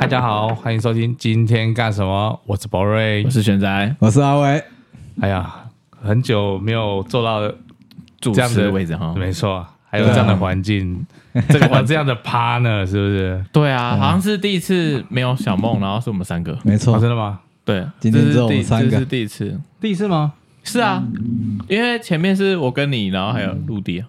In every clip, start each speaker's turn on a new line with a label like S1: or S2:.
S1: 大家好，欢迎收听今天干什么？我是博瑞
S2: 我。是玄仔，
S3: 我是阿威，
S1: 哎呀，很久没有做到
S2: 主
S1: 这样
S2: 持
S1: 的
S2: 的位置哈。
S1: 没错，还有这样的环 境，这个我这样的趴呢，是不是？
S2: 对啊，好像是第一次没有小梦，然后是我们三个。
S3: 没
S1: 哦，
S3: 错
S1: 真，的吗？
S2: 对，
S3: 今天
S2: 这是
S3: 只有我
S2: 第
S3: 们三个
S2: 这是第一次。
S1: 第一次吗？
S2: 是啊，
S1: 嗯
S2: 因为前面是我跟你，然后还有陆地，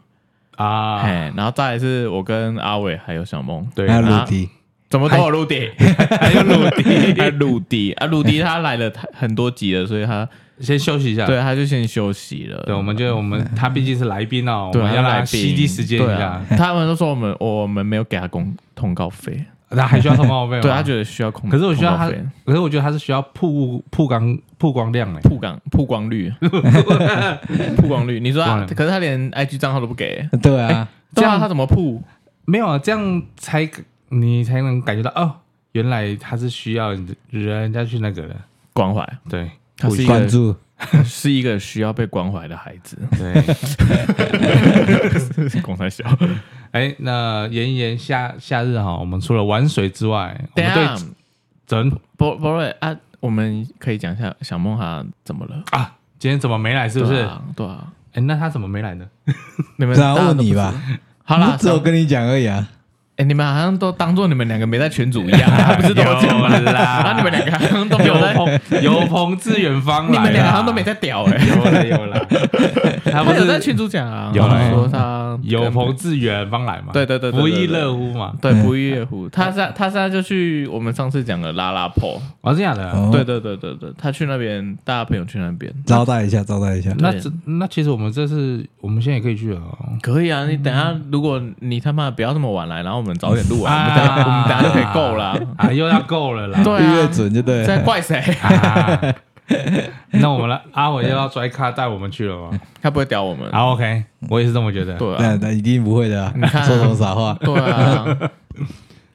S1: 啊，
S2: 哎，然后再来是我跟阿伟还有小梦，
S1: 对
S3: 还有
S1: 啊，
S3: 陆迪，
S2: 怎么都有陆地， 还有陆地， 还有陆地啊，陆地他来了太很多集了，所以他
S1: 先休息一下。
S2: 对啊他就先休息了。
S1: 啊对，我们觉得我们他毕竟是来宾哦，我
S2: 对，啊
S1: 们要
S2: 他
S1: 来
S2: 宾
S1: 吸击时间一
S2: 对
S1: 下
S2: 啊。他们都说我们我们没有给他公通告费，
S1: 那还需要通报费吗？
S2: 对他觉得需要控，
S1: 啊可是我需要
S2: 通告
S1: 他
S2: 费，
S1: 可是我觉得他是需要曝曝光曝光量欸嘞。
S2: 曝光曝光率，曝光率。你说
S1: 光
S2: 他，
S1: 了
S2: 可是他连 IG 账号都不给，
S3: 对啊，
S1: 这
S2: 这
S1: 样
S2: 样他怎么曝？
S1: 没有啊，这样才你才能感觉到哦，原来他是需要人家去那个的，
S2: 关怀，
S1: 对
S2: 他是一
S3: 关
S2: 个
S3: 注，
S2: 是一个需要被关怀的孩子。
S1: 对。
S2: 公太小，
S1: 哎，那炎炎夏夏日哈，我们除了玩水之外，我
S2: 等
S1: 们
S2: 一下
S1: 对，整
S2: 博博瑞啊，我们可以讲一下小梦他怎么了？
S1: 啊，今天怎么没来？是不
S2: 对
S1: 是？
S2: 啊？对啊，
S1: 哎，那他怎么没来呢？
S2: 你们
S3: 是
S2: 大
S3: 啊
S2: 家都
S3: 问
S2: 不
S3: 你
S2: 知
S3: 吧
S2: 好啦，
S3: 只有跟你讲而已啊，
S2: 哎、你们好像都当做你们两个没在群组一样， 啊 他不是都有讲吗？
S1: 有啊啦
S2: 然后你们两个好像都没
S1: 有
S2: 有在，
S1: 朋有朋自远方来
S2: 你
S1: 啦，
S2: 们两个好像都没在屌哎、
S1: 有了有 了，他不
S2: 他有在
S1: 是
S2: 群组讲啊，
S1: 有
S2: 他说他
S1: 有啊朋自远方来嘛？
S2: 对对对对
S1: 不亦
S2: 对对
S1: 乐乎嘛？
S3: 嗯
S2: 对不亦乐乎。他现他现在就去我们上次讲的拉拉破，
S1: 我是这样的，
S3: 哦
S2: 对对对对对，他去那边，大家朋友去那边
S3: 招待一下，招待一下，
S1: 那
S2: 对
S1: 这那其实我们这次我们现在也可以去了哦。
S2: 可以啊。你等下如果你他妈不要这么晚来，然后我们早点录完，
S1: 啊
S2: 我们等下我们等下就可以够 了。
S1: 啊，又要够了啦。
S2: 对
S3: 预约
S2: 啊，
S3: 准就对
S2: 在
S3: 了，
S2: 怪谁？
S1: 啊，那我们来，阿伟又要拽咖带我们去了吗？
S2: 他不会屌我们。
S1: 啊，OK，我也是这么觉得。
S2: 对啊
S3: 那，那一定不会的啊，说什么傻话？
S2: 对 啊。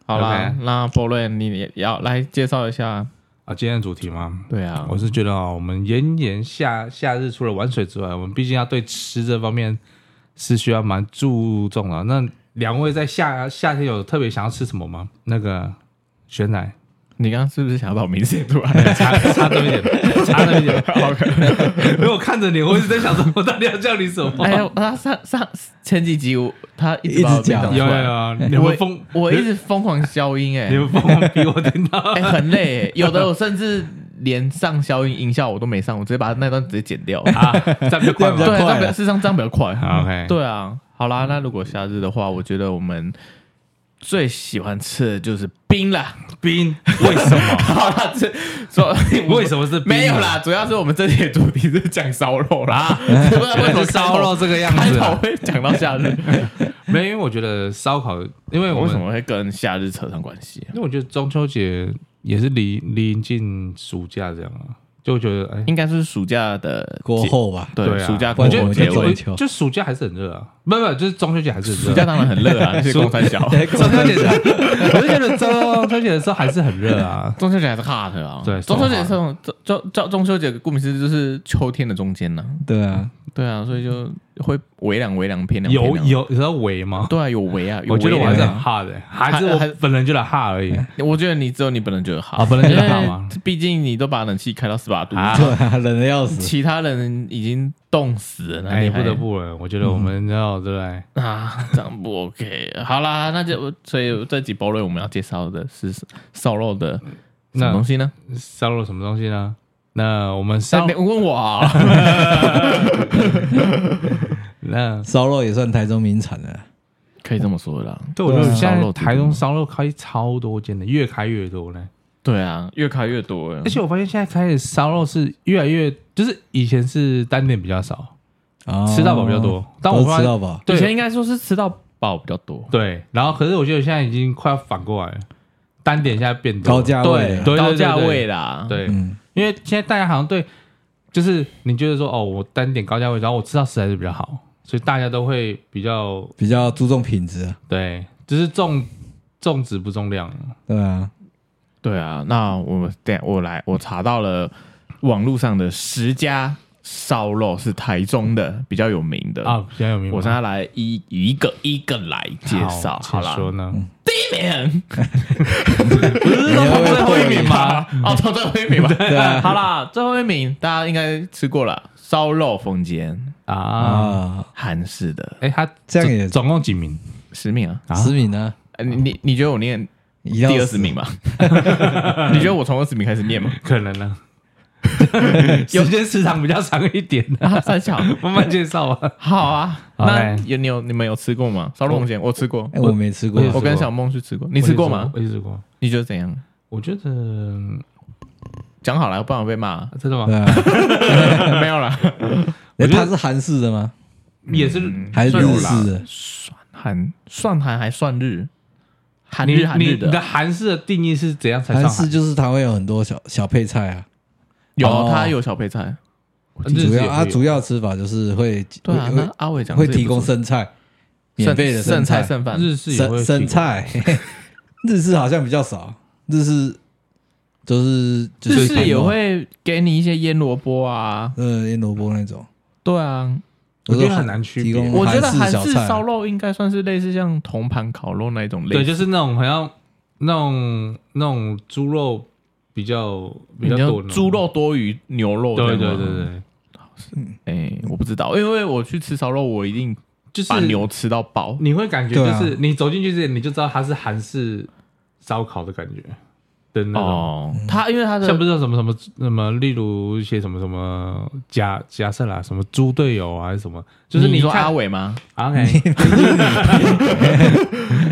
S2: 好啦
S1: OK，
S2: 那波瑞你也要来介绍一下。
S1: 啊，今天的主题吗？
S2: 对啊，
S1: 我是觉得啊、我们炎炎夏夏日除了玩水之外，我们毕竟要对吃这方面是需要蛮注重的。那两位在夏夏天有特别想要吃什么吗？那个玄奶
S2: 你刚刚是不是想要把我名字写出 来？
S1: 差差这么一点，差这么一点。 因为我看着你，我一直在想说，我到底要叫你什么？
S2: 哎呀，他上上前几集我他一直
S3: 一直
S2: 把我名字
S3: 讲
S2: 讲 出
S1: 有
S2: 来
S1: 有有，你们疯，
S2: 我一直疯狂消音、
S1: 你
S2: 欸，
S1: 们疯狂逼我听 到。
S2: 哎、很累、欸，有的我甚至连上消音音效我都没上，我直接把那段直接剪掉。
S1: 啊，这样比较快
S2: 对，
S1: 嘛。
S2: 这
S3: 快
S2: 样比
S3: 了
S2: 较是这样这样比较快。
S1: 好，OK
S2: 对啊，好啦，那如果夏日的话，我觉得我们最喜欢吃的就是冰啦。
S1: 冰为什么？
S2: 好啦，这说
S1: 为什么是冰啊
S2: 没有啦？主要是我们这期的主题是讲烧肉啦， 不知道为什么
S1: 是啊 烧肉这个样
S2: 开
S1: 子
S2: 头
S1: 啊？
S2: 会讲到夏日，
S1: 没有，因为我觉得烧烤，因为我
S2: 为什
S1: 们，
S2: 么会跟夏日扯上关系？
S1: 因为我觉得中秋节也是离临近暑假这样啊，就觉得哎，
S2: 应该是暑假的
S3: 过
S2: 节
S3: 后吧，
S1: 对
S2: 对，
S1: 啊
S2: 暑假
S3: 不
S2: 过
S3: 然就
S2: 后
S3: 我觉
S2: 结
S3: 得
S1: 就
S2: 尾
S3: 中，秋
S1: 就暑假还是很热啊，不不，就是中秋节还是很
S2: 暑
S1: 热
S2: 假
S1: 啊。
S2: 当然很热 啊，那些公山小，
S1: 中秋 节，我就觉得中秋节的时候还是很热 啊。
S2: 中秋节还是 hot 啊，
S1: 对
S2: 中秋节
S1: 超 hot
S2: 是这种中中中中秋节，顾名思义就是秋天的中间呢，
S3: 对啊，
S2: 对啊，所以就会微凉微凉偏凉，
S1: 有
S2: 偏凉，
S1: 有有时候围吗？
S2: 对啊，有微啊，有
S1: 我觉得
S2: 微
S1: 我
S2: 凉
S1: 还是很哈的，还是
S2: 还
S1: 我本人觉得哈而已。哎
S2: 我觉得你只有你本人觉得 hot，
S1: 啊本人觉得 hot 吗？
S2: 因为毕竟你都把冷气开到十八度，
S1: 啊
S3: 对啊，冷的要死，
S2: 其他人已经冻死了，那
S1: 哎，
S2: 你还
S1: 不得不了，我觉得我们要对不对？
S2: 啊，这样不 OK。好啦，那就所以这集包瑞我们要介绍的是烧肉的什么
S1: 那
S2: 东西呢？
S1: 烧肉什么东西呢？那我们
S2: 哎
S1: 烧
S2: 你问我啊，
S1: 那
S3: 烧肉也算台中名产的，
S2: 可以这么说啦。
S1: 对，我觉得
S2: 对
S1: 现
S2: 烧
S1: 在
S2: 肉
S1: 台中烧肉开超多间的，越开越多呢。
S2: 对啊，越开越多了
S1: 而。且我发现现在开的烧肉是越来越，就是以前是单点比较少，
S3: 哦
S1: 吃到饱比较多但我
S3: 都
S1: 发
S3: 吃
S1: 现
S3: 到饱，
S1: 对
S2: 以前应该说是吃到饱比较多，
S1: 对。然后可是我觉得现在已经快要反过来了，单点现在变多
S3: 高，价位
S1: 对
S3: 的，
S1: 对
S2: 高价
S1: 对
S2: 位啦。，
S1: 对，
S3: 嗯，
S1: 因为现在大家好像对，就是你觉得说哦，我单点高价位，然后我吃到实在是比较好，所以大家都会比较
S3: 比较注重品质啊，
S1: 对，就是重重质不重量。
S3: 对啊，
S2: 对啊。那我等下我来，我查到了网络上的十家烧肉是台中的比较有名的
S1: 啊，比较有名吗。
S2: 呃我现在来一一个一个来介绍，
S1: 好请
S2: 好啦，
S1: 说呢？
S3: 嗯
S2: 第一名，不是 都排最后一名吗？ 哦，从最后一名吧。 对
S3: 啊
S2: 好啦，最后一名大家应该吃过了，烧肉风间，
S1: 啊，
S3: 啊，
S2: 韩式的
S1: 哎，他
S3: 这样
S1: 总
S3: 也
S1: 总共几名？
S2: 十名啊。
S1: 啊
S3: 十名呢，
S2: 呃你你你觉得我念
S3: 第
S2: 第二十 名吗？你觉得我从二十名开始念吗？
S1: 可能 呢，时间时长比较长一点，
S2: 啊，三小，
S1: 慢慢介绍啊。
S2: 好啊。
S1: 好
S2: 那
S1: 嘞
S2: 有你有你们有吃过吗？烧肉风间我吃过，
S3: 哎，我没吃过
S1: 我也，
S2: 我
S1: 吃
S2: 跟
S1: 过
S2: 小梦去吃过，你吃过吗？
S1: 我也吃过。
S2: 你觉得怎样？
S1: 我觉得嗯
S2: 讲好了，不然我被骂。
S1: 真的吗
S3: 对？啊，
S2: 没有啦，
S3: 哎
S1: 我觉得
S3: 它是韩式的吗？
S1: 也是
S3: 还是
S1: 算
S3: 日
S1: 有啦
S3: 式的？
S2: 韩算韩还算日，韩
S1: 你
S2: 日韩
S1: 你
S2: 日
S1: 你的韩式的定义是怎样才
S3: 韩
S1: 算
S3: 式就是它会有很多小小配菜啊，
S2: 有，
S3: 哦
S2: 他有小配菜。
S1: 日
S3: 主
S1: 式也
S3: 要啊
S1: 会有
S3: 主要吃法就是会
S2: 对啊，那
S3: 会
S2: 阿伟讲
S3: 会
S2: 这也
S3: 提
S2: 不
S3: 供
S2: 错
S3: 生菜，免费的
S2: 剩
S3: 菜
S2: 菜，剩饭，
S1: 日式也会
S3: 生
S1: 有
S3: 生菜， 日式好像比较少，日式就是就
S2: 日
S3: 是
S2: 式也会给你一些腌萝卜啊。
S3: 呃腌萝卜那种，
S2: 对啊，
S1: 我觉
S3: 说
S1: 得很难区别
S3: 提供
S2: 我觉得
S3: 韩
S2: 韩
S3: 式小
S2: 式
S3: 菜
S2: 烧肉应该算是类似像铜盘烤肉那一种类
S1: 对，
S2: 型，
S1: 就是那种好像那种那种猪肉比较比较多
S2: 你像
S1: 那种，
S2: 猪肉多于牛肉。
S1: 对对对。对，
S2: 哎，我不知道，因为我去吃烧肉，我一定
S1: 就是
S2: 把牛吃到饱。
S1: 你会感觉就
S3: 对啊
S1: 是你走进去之前你就知道它是韩式烧烤的感觉的那种。
S2: 哦，他因为他的
S1: 像不是有什么什么什么，例如一些什么什么假假设啦，什么猪队友啊，还是什么，就是
S2: 你
S1: 一
S2: 说
S1: 看
S2: 阿伟吗？
S1: OK，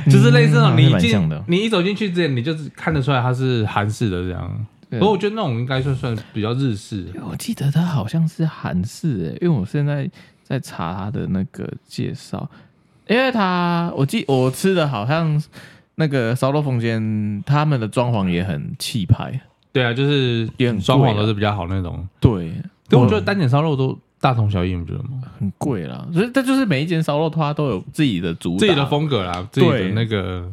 S1: 就是类似那种，
S2: 嗯
S1: 你
S2: 蛮像
S1: 进
S2: 的
S1: 你一走进去之前，你就是看得出来它是韩式的这样。
S2: 对
S1: 不过我觉得那种应该算算比较日式
S2: 因为我记得它好像是韩式、欸，因为我现在在查它的那个介绍，因为它我记我吃的好像那个烧肉风间，他们的装潢也很气派，
S1: 对啊，就是
S2: 也很贵啊
S1: 双黄都是比较好那种。
S2: 对，
S1: 但我觉得单点烧肉都大同小异，你不觉得吗？
S2: 很贵啦，所以这就是每一间烧肉它都有自己的主打
S1: 自己的，风格啦，自己的
S2: 对
S1: 那个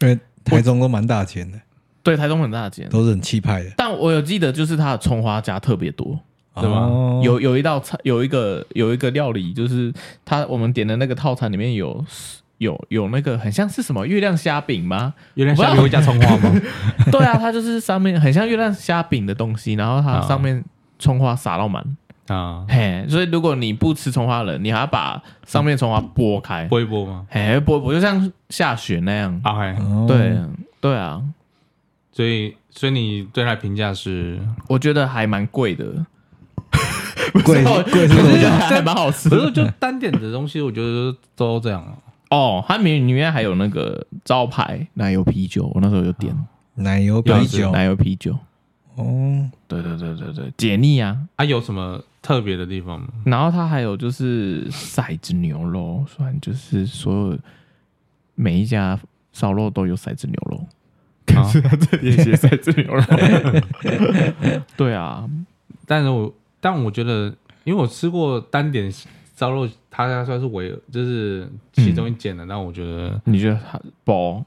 S3: 因为台中都蛮大间的，
S2: 对，台中很大间，
S3: 都是很气派的，
S2: 但我有记得就是它的葱花加特别多，
S1: 对吧
S3: 哦
S2: 有有一道菜，有一个有一个料理，就是它我们点的那个套餐里面有有有那个很像是什么月亮虾饼 吗？
S1: 有点像会加葱花 吗？
S2: 对啊，它就是上面很像月亮虾饼的东西，然后它
S1: 啊
S2: 上面葱花撒到
S3: 哦
S2: 满，
S1: 啊，
S2: 嘿，所以如果你不吃葱花的人，你还要把上面葱花剥开，
S1: 播一播吗
S2: 嘿，剥剥就像下雪那样，
S1: ？OK，
S3: 哦
S2: 对对啊，
S1: 所以所以你对它的评价 是？
S2: 我觉得还蛮贵的，
S3: 贵
S1: 哦
S3: 贵是
S2: 可
S3: 多
S2: 是
S3: 少？
S2: 还蛮好吃
S1: 不
S2: 的
S1: 是就单点的东西，我觉得都这样啊。
S2: 哦，它里面里面还有那个招牌奶油啤酒，我那时候有点
S3: 奶油
S1: 有
S3: 啤酒
S2: 奶油啤酒，
S3: 哦，
S2: 对对对对对，解腻啊，
S1: 啊，有什么特别的地方吗？
S2: 然后它还有就是骰子牛肉，虽然就是所有每一家烧肉都有骰子牛肉，
S1: 啊
S2: 它这里也写骰子牛肉。 对啊，
S1: 但是我但我觉得，因为我吃过单点烧肉，它它算是唯就是其中一间
S2: 嗯
S1: 的，那、我觉得，
S2: 你觉得它薄？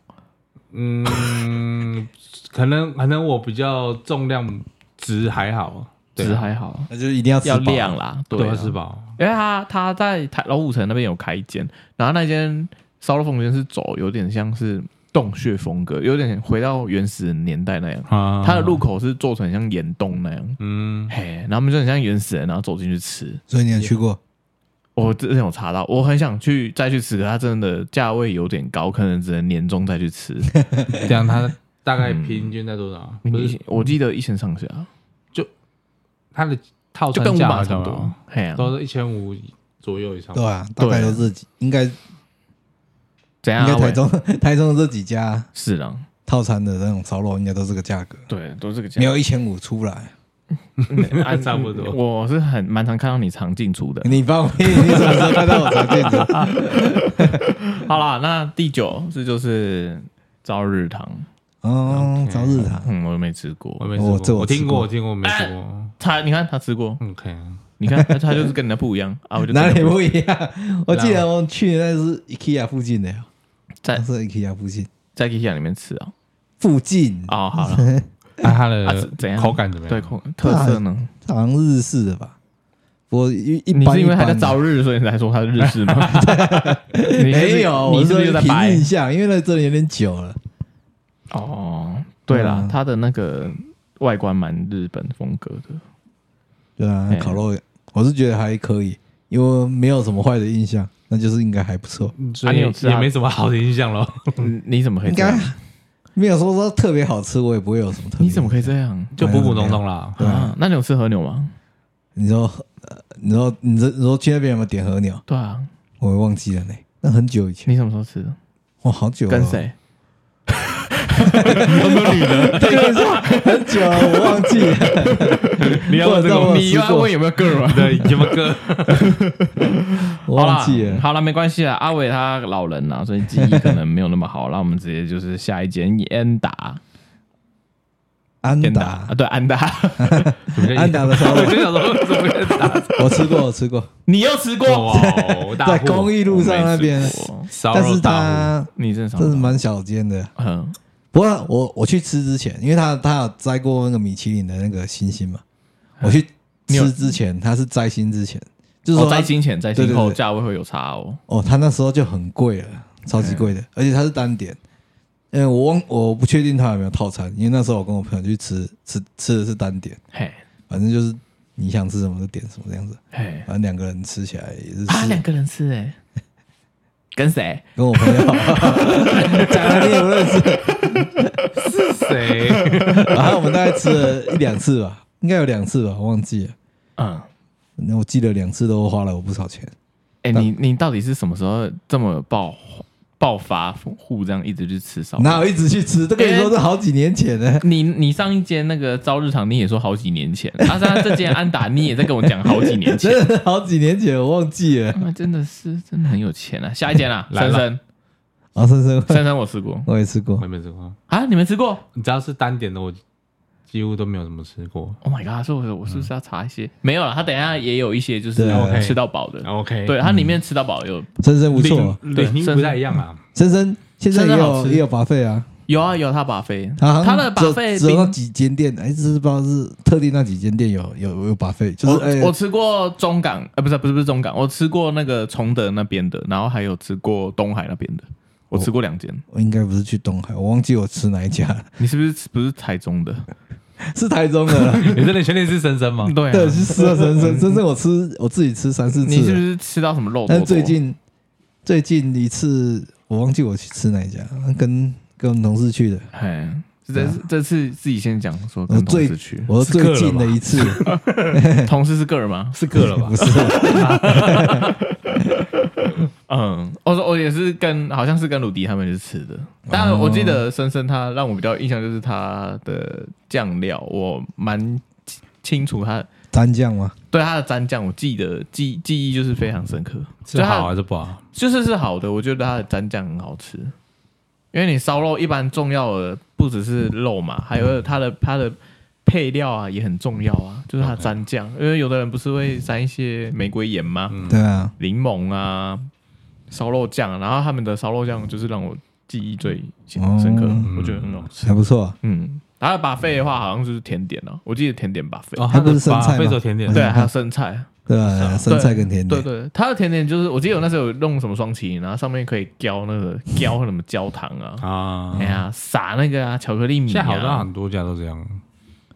S1: 嗯，可能可能我比较重量值还好，对
S2: 值还好，
S3: 那就是一定要吃
S2: 要
S3: 饱
S2: 量啦，啊对
S1: 对
S2: 啊
S1: 啊，，吃饱
S2: 因为它它在台老五城那边有开一间，然后那间烧肉风间是走有点像是洞穴风格，有点回到原始年代那样。
S1: 啊
S2: 它的入口是做成像岩洞那样，
S1: 嗯，
S2: 嘿，然后我们就很像原始人，然后走进去吃。
S3: 所以你有去过？
S2: 我之前有查到，我很想去再去吃，可它真的价位有点高，可能只能年终再去 吃。
S1: 这样它大概平均在多少？不
S2: 一
S1: 是
S2: 千我记得一千上下，
S1: 它的套
S2: 就跟
S1: 餐
S2: 五
S1: 价
S2: 马
S1: 好
S2: 差
S1: 像
S2: 不多。嘿啊，
S1: 都是一千五左右以上吧
S3: 对。啊，大概
S2: 对
S3: 都这几，应该应
S2: 怎样啊？
S3: 该
S2: 阿伟
S3: 台中 台中的这几家
S2: 是啦，
S3: 套餐的那种烧肉应该都这个价格，
S2: 对，都这个价
S3: 没有一千五出来，
S2: 啊
S1: 差不多
S2: 我是很蛮常看到你常进出的。
S3: 你放屁！你什么时候看到我常见 的？
S2: 好啦，那第九这就是朝日堂，
S3: 哦，朝日堂，
S2: 嗯，我没吃
S1: 我
S2: 过。
S1: 没吃
S3: 我这
S1: 过，
S3: 我
S1: 我听
S3: 吃
S1: 过，
S3: 过
S1: 我听过，没吃过。
S2: 他你看他吃过，
S1: OK，啊
S2: 你 看他他就是跟人家不一样啊！我就
S3: 哪
S2: 真的
S3: 里
S2: 不
S3: 不一 样？我记得我去那是 IKEA 附近的，
S2: 在
S3: 是 IKEA 附近，
S2: 在 IKEA 里面吃啊？
S3: 附近
S2: 哦，好 了，
S1: 那它
S2: 啊怎
S1: 的
S2: 样
S1: 口感怎么样？
S2: 对，口特色呢？
S3: 好像日式的吧？我一一
S2: 你
S3: 般
S2: 是因为还在
S3: 一般
S2: 早日，所以你才说它是日式 吗？你是
S3: 没有，
S2: 你
S3: 我
S2: 是不是又
S3: 说
S2: 在
S3: 凭
S2: 白
S3: 印？象，因为那真的有点久了。
S2: 哦，对啦
S3: 嗯，
S2: 它的那个外观蛮日本风格的。
S3: 对啊
S2: 哎，
S3: 烤肉我是觉得还可以，因为没有什么坏的印象，那就是应该还不错，
S1: 所以
S2: 你有吃啊
S1: 也没什么好的印象咯。
S2: 你你怎么可以这样
S3: 嗯应？没有说说特别好吃，我也不会有什么特别。
S2: 你怎么可以这样？
S1: 就普普通通啦。
S3: 对啊
S2: 啊？那你有吃和牛吗？
S3: 你说，呃你说，你这你说去那边有没有点和牛？
S2: 对啊，
S3: 我也忘记了呢，那很久以前，
S2: 你什么时候吃的？
S3: 哇，好久了，啊
S2: 跟？ 谁？
S3: 很久了，我忘记了。
S1: 你要问这个问
S3: 我有
S1: 题
S2: 你
S3: 吃
S2: 要
S3: 过
S2: 问有没有个 人？
S1: 对，有没有歌？
S3: 我
S2: 好
S3: 忘
S2: 啦
S3: 记，了。
S2: 好了，没关系啊。阿伟他老人呐、所以记忆可能没有那么好。那我们直接就是下一间安达，
S3: 安
S2: 安达
S3: 达
S2: 啊，，对安达，
S1: 什么叫
S3: 安达的烧
S1: 我
S3: 肉，
S1: 就想说怎么会打？
S3: 我吃过，我吃过，
S2: 你又吃过？
S1: 哇哦，大
S3: 在
S1: 户
S3: 公益路上那边
S2: 没，吃过
S1: 烧
S3: 但
S1: 肉
S3: 是
S1: 大户，
S3: 它
S2: 你正常，
S3: 这是蛮小间的。
S2: 嗯
S3: 不过我我去吃之前，因为他他有摘过那个米其林的那个星星嘛，我去
S2: 嗯你有
S3: 吃之前他是摘星之前，就是
S2: 哦，
S3: 说他
S2: 在金前在
S3: 对
S2: 金
S3: 对
S2: 后
S3: 对
S2: 价位会有差哦。
S3: 哦，他那时候就很贵了，超级贵的，而且他是单点。嗯，我忘我不确定他有没有套餐，因为那时候我跟我朋友去吃吃吃的是单点，
S2: 嘿，
S3: 反正就是你想吃什么就点什么这样子，
S2: 嘿，
S3: 反正两个人吃起来也是
S2: 啊，两
S3: 吃。
S2: 个人吃哎、跟谁？
S3: 跟我朋 友 讲了你也不认识，
S1: 谁？
S3: 然后我们大概吃了一两次吧，应该有两次吧，我忘记了。
S2: 嗯，
S3: 那我记得两次都花了我不少钱。
S2: 哎、你你到底是什么时候这么爆爆发户这样一直去吃烧
S3: 哪
S2: 肉？
S3: 有一直去吃？都跟你说是好几年前 呢。
S2: 你你上一间那个朝日堂你也说好几年前，啊，那这间安达你也在跟我讲好几年 前，
S3: 真的是好几年前，我忘记了。
S2: 啊，真的是真的很有钱啊！下一间啊，
S1: 来
S2: 深
S1: 了
S2: 深
S3: 啊，生生，
S2: 深深我吃过
S3: 我也吃过
S1: 我也。没吃过，
S2: 啊，你们吃过
S1: 你只要是单点的，我几乎都没有怎么吃过。
S2: ？Oh my god！所以我我是不是要查一些？没有了，他等一下也有一些就是
S1: 嗯
S3: 对啊
S1: OK
S2: 吃到饱的，
S1: OK，嗯
S2: 对，它里面吃到饱有
S3: 生生不错
S1: 啊领，，领
S2: 对
S1: 域不太一样啊。
S3: 生生现在也
S2: 生生好
S3: 有
S2: 吃
S3: 也有巴费啊。
S2: 有啊有他把费，
S3: 它好
S2: 他
S3: 像
S2: 的
S3: 只有
S2: 把费
S3: 只有那
S2: 冰，
S3: 几间店，哎，这是不知道是特定那几间店有有有巴费，就是哎
S2: 我我吃过中港，呃，不是不是不是中港，我吃过那个崇德那边的，然后还有吃过东海那边的，我吃过两间。
S3: 我应该不是去东海，我忘记我吃哪一家 了，
S2: 你是不是不是台中的？
S3: 是台中的 啦。
S1: 你真的全脸是生生吗？
S2: 对
S3: 对，
S2: 啊，
S3: 是吃了生生生生，我吃我自己吃三四
S2: 你是不
S3: 次了，
S2: 是吃到什么肉多
S3: 但
S2: 多？
S3: 最近最近一次我忘记我去吃哪一家，跟跟我们同事去的。
S2: 嘿，这次这次自己先讲说
S3: 啊我
S2: 跟同
S3: 最
S2: 事去，
S3: 我
S1: 是客
S3: 最
S1: 了
S3: 近的
S1: 吧
S3: 一次
S2: 同事是个人吗？
S1: 是啊个了吧
S3: 不？ 是，
S2: 嗯，我说我也是跟，好像是跟鲁迪他们去吃的。但我记得深深他让我比较印象就是他的酱料，我蛮清楚他
S3: 蘸酱吗？
S2: 对他的蘸酱，我记得记记忆就是非常深刻。
S1: 是好还
S2: 啊，
S1: 是不好？
S2: 就是是好的，我觉得他的蘸酱很好吃。因为你烧肉一般重要的不只是肉嘛，还有它的它的配料啊也很重要啊，就是它的蘸酱。因为有的人不是会蘸一些玫瑰盐吗？
S1: 嗯
S3: 对啊，
S2: 柠檬啊、烧肉酱，啊然后他们的烧肉酱就是让我记忆最深刻，
S3: 哦
S2: 我觉得很好吃。
S3: 还不错啊。
S2: 嗯，它的把费的话好像就是甜点了、我记得甜点把费，
S1: 哦，
S3: 它不是生菜吗
S1: 非洲甜点，
S2: 对，还有生菜，
S3: 对啊，生菜跟甜
S2: 对
S3: 点，
S2: 对，它的甜点就是我记得我那时候有弄什么双麒麟，然后啊上面可以浇那个浇什么焦糖啊。
S1: 啊
S2: 哎。呀，撒那个啊，巧克力米
S1: 现在好像
S2: 啊，
S1: 很多家都这样，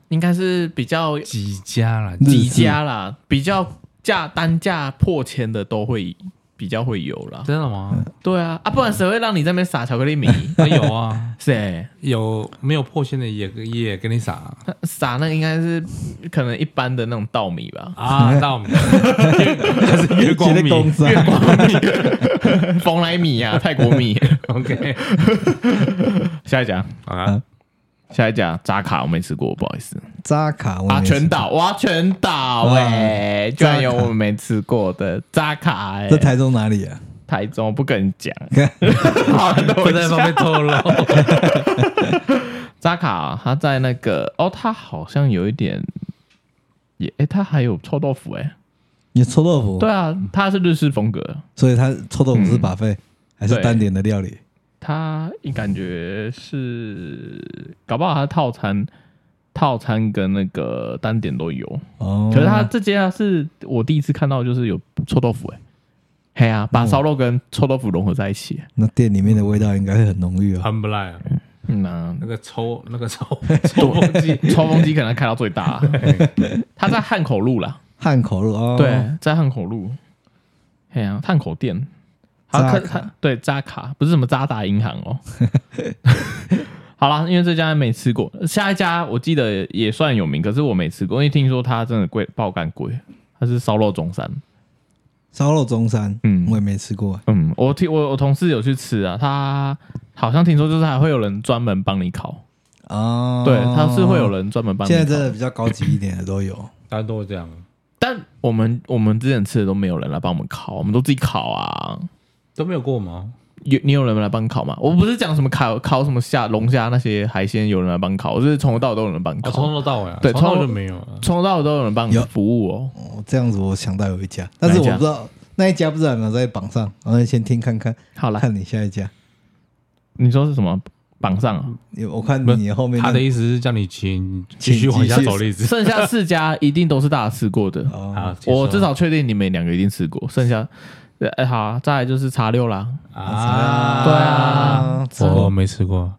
S2: 应该是比较
S1: 几家啦，
S3: 日
S2: 几
S3: 式
S2: 家啦，比较价单价破千的都会比较会有啦。
S1: 真的 吗？
S2: 对啊，啊，不然谁会让你在那边撒巧克 力米？
S1: 啊有啊，
S2: 谁
S1: 有没有破线的也也给你撒啊，
S2: 撒那应该是可能一般的那种稻米吧
S1: 啊？到我们还是月光
S3: 觉得公
S1: 米
S3: 司啊
S2: 蓬莱米啊，泰国米。
S1: ？OK，
S2: 下一家，
S1: 好啊，
S2: 下一家扎卡我没吃过，不好意思。
S3: 扎卡我也
S2: 啊，
S3: 没吃嗯
S2: 全岛哇，全岛哎、居然有我们没吃过的扎卡哎、
S3: 这台中哪里啊？
S2: 台中不跟你讲， 好了，等我
S1: 不
S2: 一
S1: 在方
S2: 下
S1: 面透露。
S2: 扎卡、他在那个哦，他好像有一点也哎、他还有臭豆腐哎、
S3: 你臭豆腐，
S2: 对嗯啊，他是日式风格，
S3: 所以它臭豆腐是把费还是单点的料理？
S2: 它感觉是，搞不好它套餐套餐跟那个单点都有。
S3: 哦，
S2: 可是他这家是我第一次看到，就是有臭豆腐哎、嘿
S3: 哦
S2: 啊，把烧肉跟臭豆腐融合在一起。
S3: 那店里面的味道应该会很浓郁啊。
S1: 很不赖啊。
S2: 嗯啊，
S1: 那个抽那个抽抽风机，
S2: 抽风机可能开到最大、啊，他在汉口路啦，
S3: 汉口路哦，
S2: 对，在汉口路。嘿啊，汉口店，他
S3: 扎
S2: 看
S3: 卡
S2: 他对扎卡不是什么渣打银行 哦。好啦，因为这家没吃过，下一家我记得也算有名，可是我没吃过，因为听说它真的贵爆干贵，它是烧肉中山。
S3: 烧肉中山，
S2: 嗯
S3: 我也没吃过，
S2: 嗯，我听我我同事有去吃啊，他好像听说就是还会有人专门帮你烤，
S3: 哦，
S2: 对，他是会有。人专门帮你烤。
S3: 现在真的比较高级一点的都有，
S1: 大家都会这样，
S2: 但我们我们之前吃的都没有人来帮我们烤，我们都自己烤啊。
S1: 都没有过吗？
S2: 有你有人来帮你烤吗？我不是讲什么烤烤什么虾、龙虾那些海鲜有人来帮你烤，我是从头到尾都有人帮你
S1: 哦，
S2: 烤，
S1: 从头到尾啊，
S2: 对
S1: 从头
S2: 从头
S1: 就没有了。
S2: 从头到尾都有人帮你
S3: 有
S2: 服务哦。
S3: 哦，这样子我想到有一家，但是
S2: 哪
S3: 我
S2: 一家
S3: 不知道那一家不知道有没有在榜上，然后先听看看，
S2: 好啦，
S3: 看你下一家。
S2: 你说是什么榜上、啊？
S3: 有我看
S1: 不是
S3: 你后面那
S1: 他的意思是叫你请继续往下走例子
S2: 剩下四家一定都是大家吃过的。
S3: 哦，
S1: 啊，
S2: 我至少确定你们两个一定吃过，剩下，呃哎、好、啊，再来就是茶六啦，
S1: 啊，
S2: 对啊，
S1: 我我没吃过，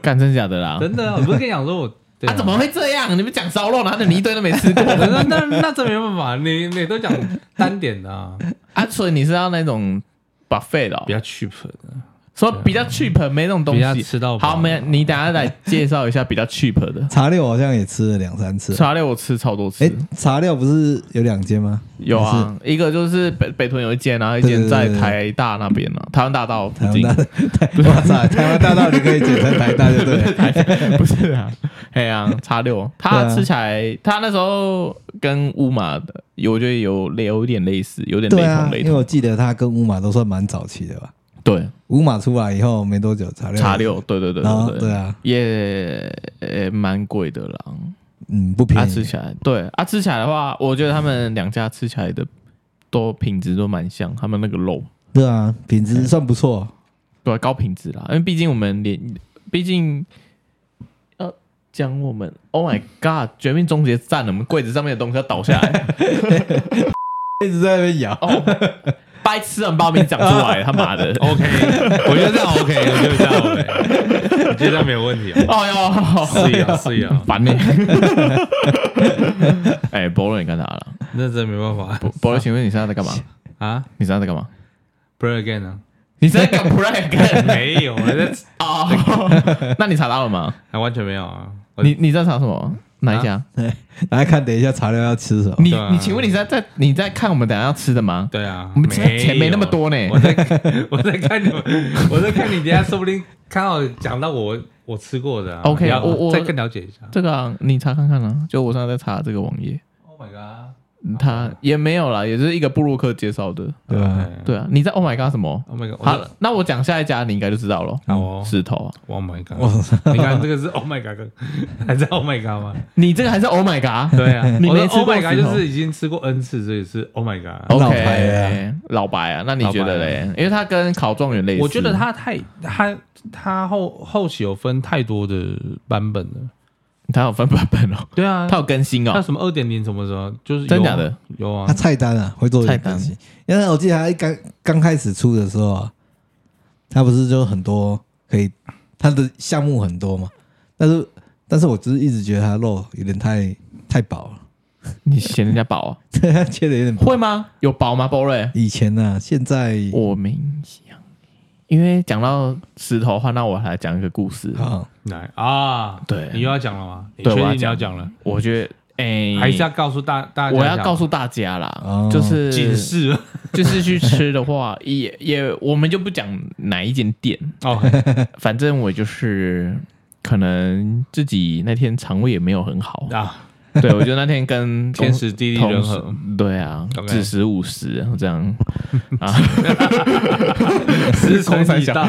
S2: 干真假的啦？
S1: 真的，我不是跟你讲说我，对
S2: 啊啊，怎么？会这样？你们讲烧肉，然后你一堆都没吃 过
S1: 那那那真没办法，你你都讲单点的啊，
S2: 啊？所以你是要那种 buffet 的、哦
S1: 比，较 cheap 的，
S2: 说比较 cheap 没那种东
S1: 比较
S2: 西。
S1: 吃到饱
S2: 好，没，你等一下来介绍一下比较 cheap 的。
S3: 茶六好像也吃了两三次。
S2: 茶六我吃超多次，
S3: 哎，茶六不是有两间吗？
S2: 有啊，一个就是北北屯有一间，然啊后一间
S3: 对对
S2: 在
S3: 对对
S2: 台大那边啊，台湾大道附
S3: 台湾
S2: 近
S3: 大，台，哇塞，台湾大道你可以简称台大就对 了。
S2: 不是啊，哎呀、叉六，他
S3: 对啊
S2: 吃起来，他那时候跟乌马的，我觉得有类有点类似，有点
S3: 对
S2: 雷
S3: 啊
S2: 同，雷
S3: 因为
S2: 同。
S3: 我记得他跟乌马都算蛮早期的吧。
S2: 对，
S3: 乌马出来以后没多久，茶六
S2: 叉，六，对对对
S3: 然后
S2: 对
S3: 对啊，
S2: 也也蛮贵的啦。
S3: 嗯，不
S2: 啊，
S3: 便
S2: 吃
S3: 宜。
S2: 起来，对啊，吃起来的话，我觉得他们两家吃起来的都品质都蛮像，他们那个肉，
S3: 对啊，品质算 不错。
S2: 对啊、高品质啦，因为毕竟我们连，毕竟要讲我们，Oh my God，《绝命终结站》，我们柜子上面的东西要倒下来。
S3: 一直在那边摇，
S2: 哦，白痴很把名讲出来，他妈的！
S1: OK，我觉得这样 OK，我觉得这样 OK，我觉得这样没有问题哦。
S2: 哦哟，
S1: 是啊是啊，
S2: 烦呢。 哎，博伦，你干啥了？
S1: 那真没办法
S2: 博博伦，请问你现在在干嘛？
S1: 啊
S2: 你现在在干嘛？
S1: ，Play again 啊，
S2: 你在搞 brag
S1: 没 有，我在
S2: 哦？那你查到了吗？
S1: 还完全没有啊，我啊
S2: 你你在查什么？哪一家？
S3: 来看等一下茶六要吃什么。
S2: 你
S1: 对啊
S2: 你请问你在在你在看我们等一下要吃的吗？
S1: 对啊，
S2: 我们钱没那么
S1: 有
S2: 多呢。
S1: 我在 我在看你们，我在看你，等一下说不定看到讲到我我吃过的啊、
S2: OK，
S1: 你要
S2: 我我
S1: 再更了解一下。
S2: 这个啊你查看看啊，就我现在在查这个网页，
S1: Oh my god！
S2: 他
S1: 哦
S2: 也没有啦，也是一个布洛克介绍的。
S3: 对吧？
S2: 对啊，你在 Oh my God 什么？
S1: ，Oh my god！
S2: 好
S1: 嗯我，
S2: 那我讲下一家，你应该就知道了。
S1: 好哦
S2: 石头啊，
S1: ，Oh my god！
S3: 我
S1: 你看这个是 Oh my god，还是 Oh my god 吗？
S2: 你这个还是 Oh my God，
S1: 对啊，
S2: 你没
S1: 我说
S2: 吃过
S1: Oh my god，
S2: 石头
S1: 就是已经吃过 N 次，所以是 Oh my god。
S2: OK，
S3: 老牌啊
S2: 老白啊，那你觉得嘞？因为它跟考状元类似，
S1: 我觉得它太它它后后期有分太多的版本了。
S2: 它有分版本哦，
S1: 对啊，
S2: 它有更新
S1: 它
S2: 哦，
S1: 什么二点零什么什么，就是有
S2: 真假的
S1: 有啊
S3: 他，菜单啊，会做一点
S2: 菜单
S3: 东西。因为我记得他一刚刚开始出的时候啊，他不是就很多可以，他的项目很多嘛。但是，但是我只是一直觉得他肉有点太太饱了，
S2: 你嫌人家薄啊？
S3: 对他切的有点薄。
S2: 会吗？有薄吗，波瑞？
S3: 以前呢、啊，现在
S2: 我没印象，因为讲到石头的话，那我还讲一个故事。
S3: 啊，
S1: 来啊，
S2: 对
S1: 你又要讲了吗？你
S2: 对
S1: 确
S2: 我
S1: 定
S2: 要
S1: 你
S2: 讲
S1: 要讲了？
S2: 我觉得，哎，
S1: 还是要告诉大大家，
S2: 我要告诉大家啦
S3: 哦，
S2: 就是
S1: 警示
S2: 就是去吃的话，也也我们就不讲哪一间店，
S1: 哦，
S2: 反正我就是可能自己那天肠胃也没有 很好，
S1: 啊，
S2: 对我就那天跟公
S1: 天时地利人和
S2: 同，事对啊，
S1: OK
S2: 子时午时这样啊，
S1: 时
S2: 空
S1: 辰
S2: 三
S1: 已
S2: 小
S1: 到，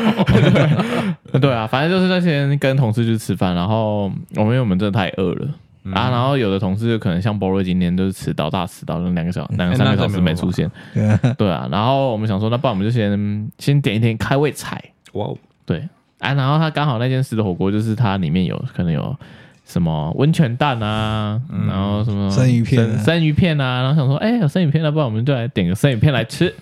S2: 对啊，反正就是那天跟同事去吃饭，然后我们因为我们真的太饿了。
S1: 嗯
S2: 啊，然后有的同事就可能像波瑞今天就是迟到大迟到，就两个 小两个
S1: 哎
S2: 三
S1: 那
S2: 个小
S1: 这
S2: 时
S1: 没
S2: 没
S1: 办法
S2: 出现，
S3: 对啊
S2: 对啊，然后我们想说，那不然我们就先嗯先点一点开胃菜，
S1: 哇哦，
S2: 对，啊，然后他刚好那间石头火锅就是它里面有可能有什么温泉蛋啊，
S1: 嗯
S2: 然后什么
S3: 生鱼片啊
S2: 生生鱼片啊，然后想说，哎、有生鱼片，那不然我们就来点个生鱼片来吃。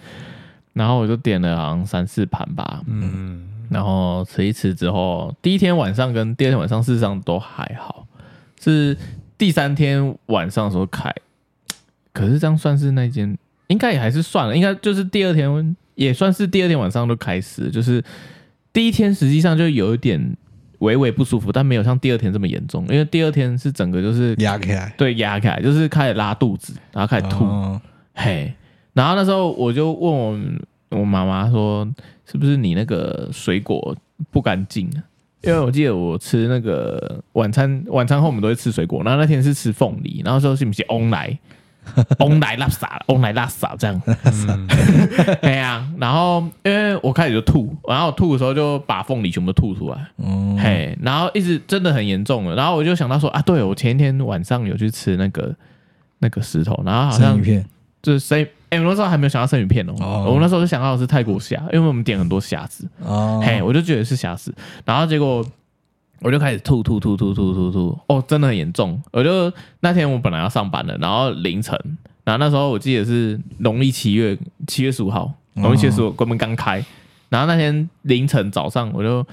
S2: 然后我就点了好像三四盘吧，
S1: 嗯，
S2: 然后吃一吃之后，第一天晚上跟第二天晚上事实上都还好，是第三天晚上的时候开，可是这样算是那间应该也还是算了，应该就是第二天也算是第二天晚上都开始，就是第一天实际上就有一点微微不舒服，但没有像第二天这么严重，因为第二天是整个就是
S3: 压起来，
S2: 对压开，就是开始拉肚子，然后开始吐，
S3: 哦
S2: 嘿，然后那时候我就问我我妈妈说，是不是你那个水果不干净啊？因为我记得我吃那个晚餐，晚餐后我们都会吃水果，然后那天是吃凤梨，然后说是不是翁 来，翁来拉撒，翁来拉撒这样，对呀、然后因为我开始就吐，然后我吐的时候就把凤梨全部吐出来，
S3: 哦，
S2: 嘿，然后一直真的很严重了，然后我就想到说啊，对我前一天晚上有去吃那个那个石头，然后好像
S3: 生鱼片，
S2: 就是生鱼，哎、我那时候还没有想到生鱼片哦、
S3: 哦
S2: 我那时候就想到的是泰国虾，因为我们点很多虾子，
S3: 哦，
S2: 嘿，我就觉得是虾子，然后结果我就开始吐吐吐吐吐吐吐，哦，真的很严重。我就那天我本来要上班的，然后凌晨，然后那时候我记得是农历七月七月十五号，农历七月十五关门刚开，然后那天凌晨早上我就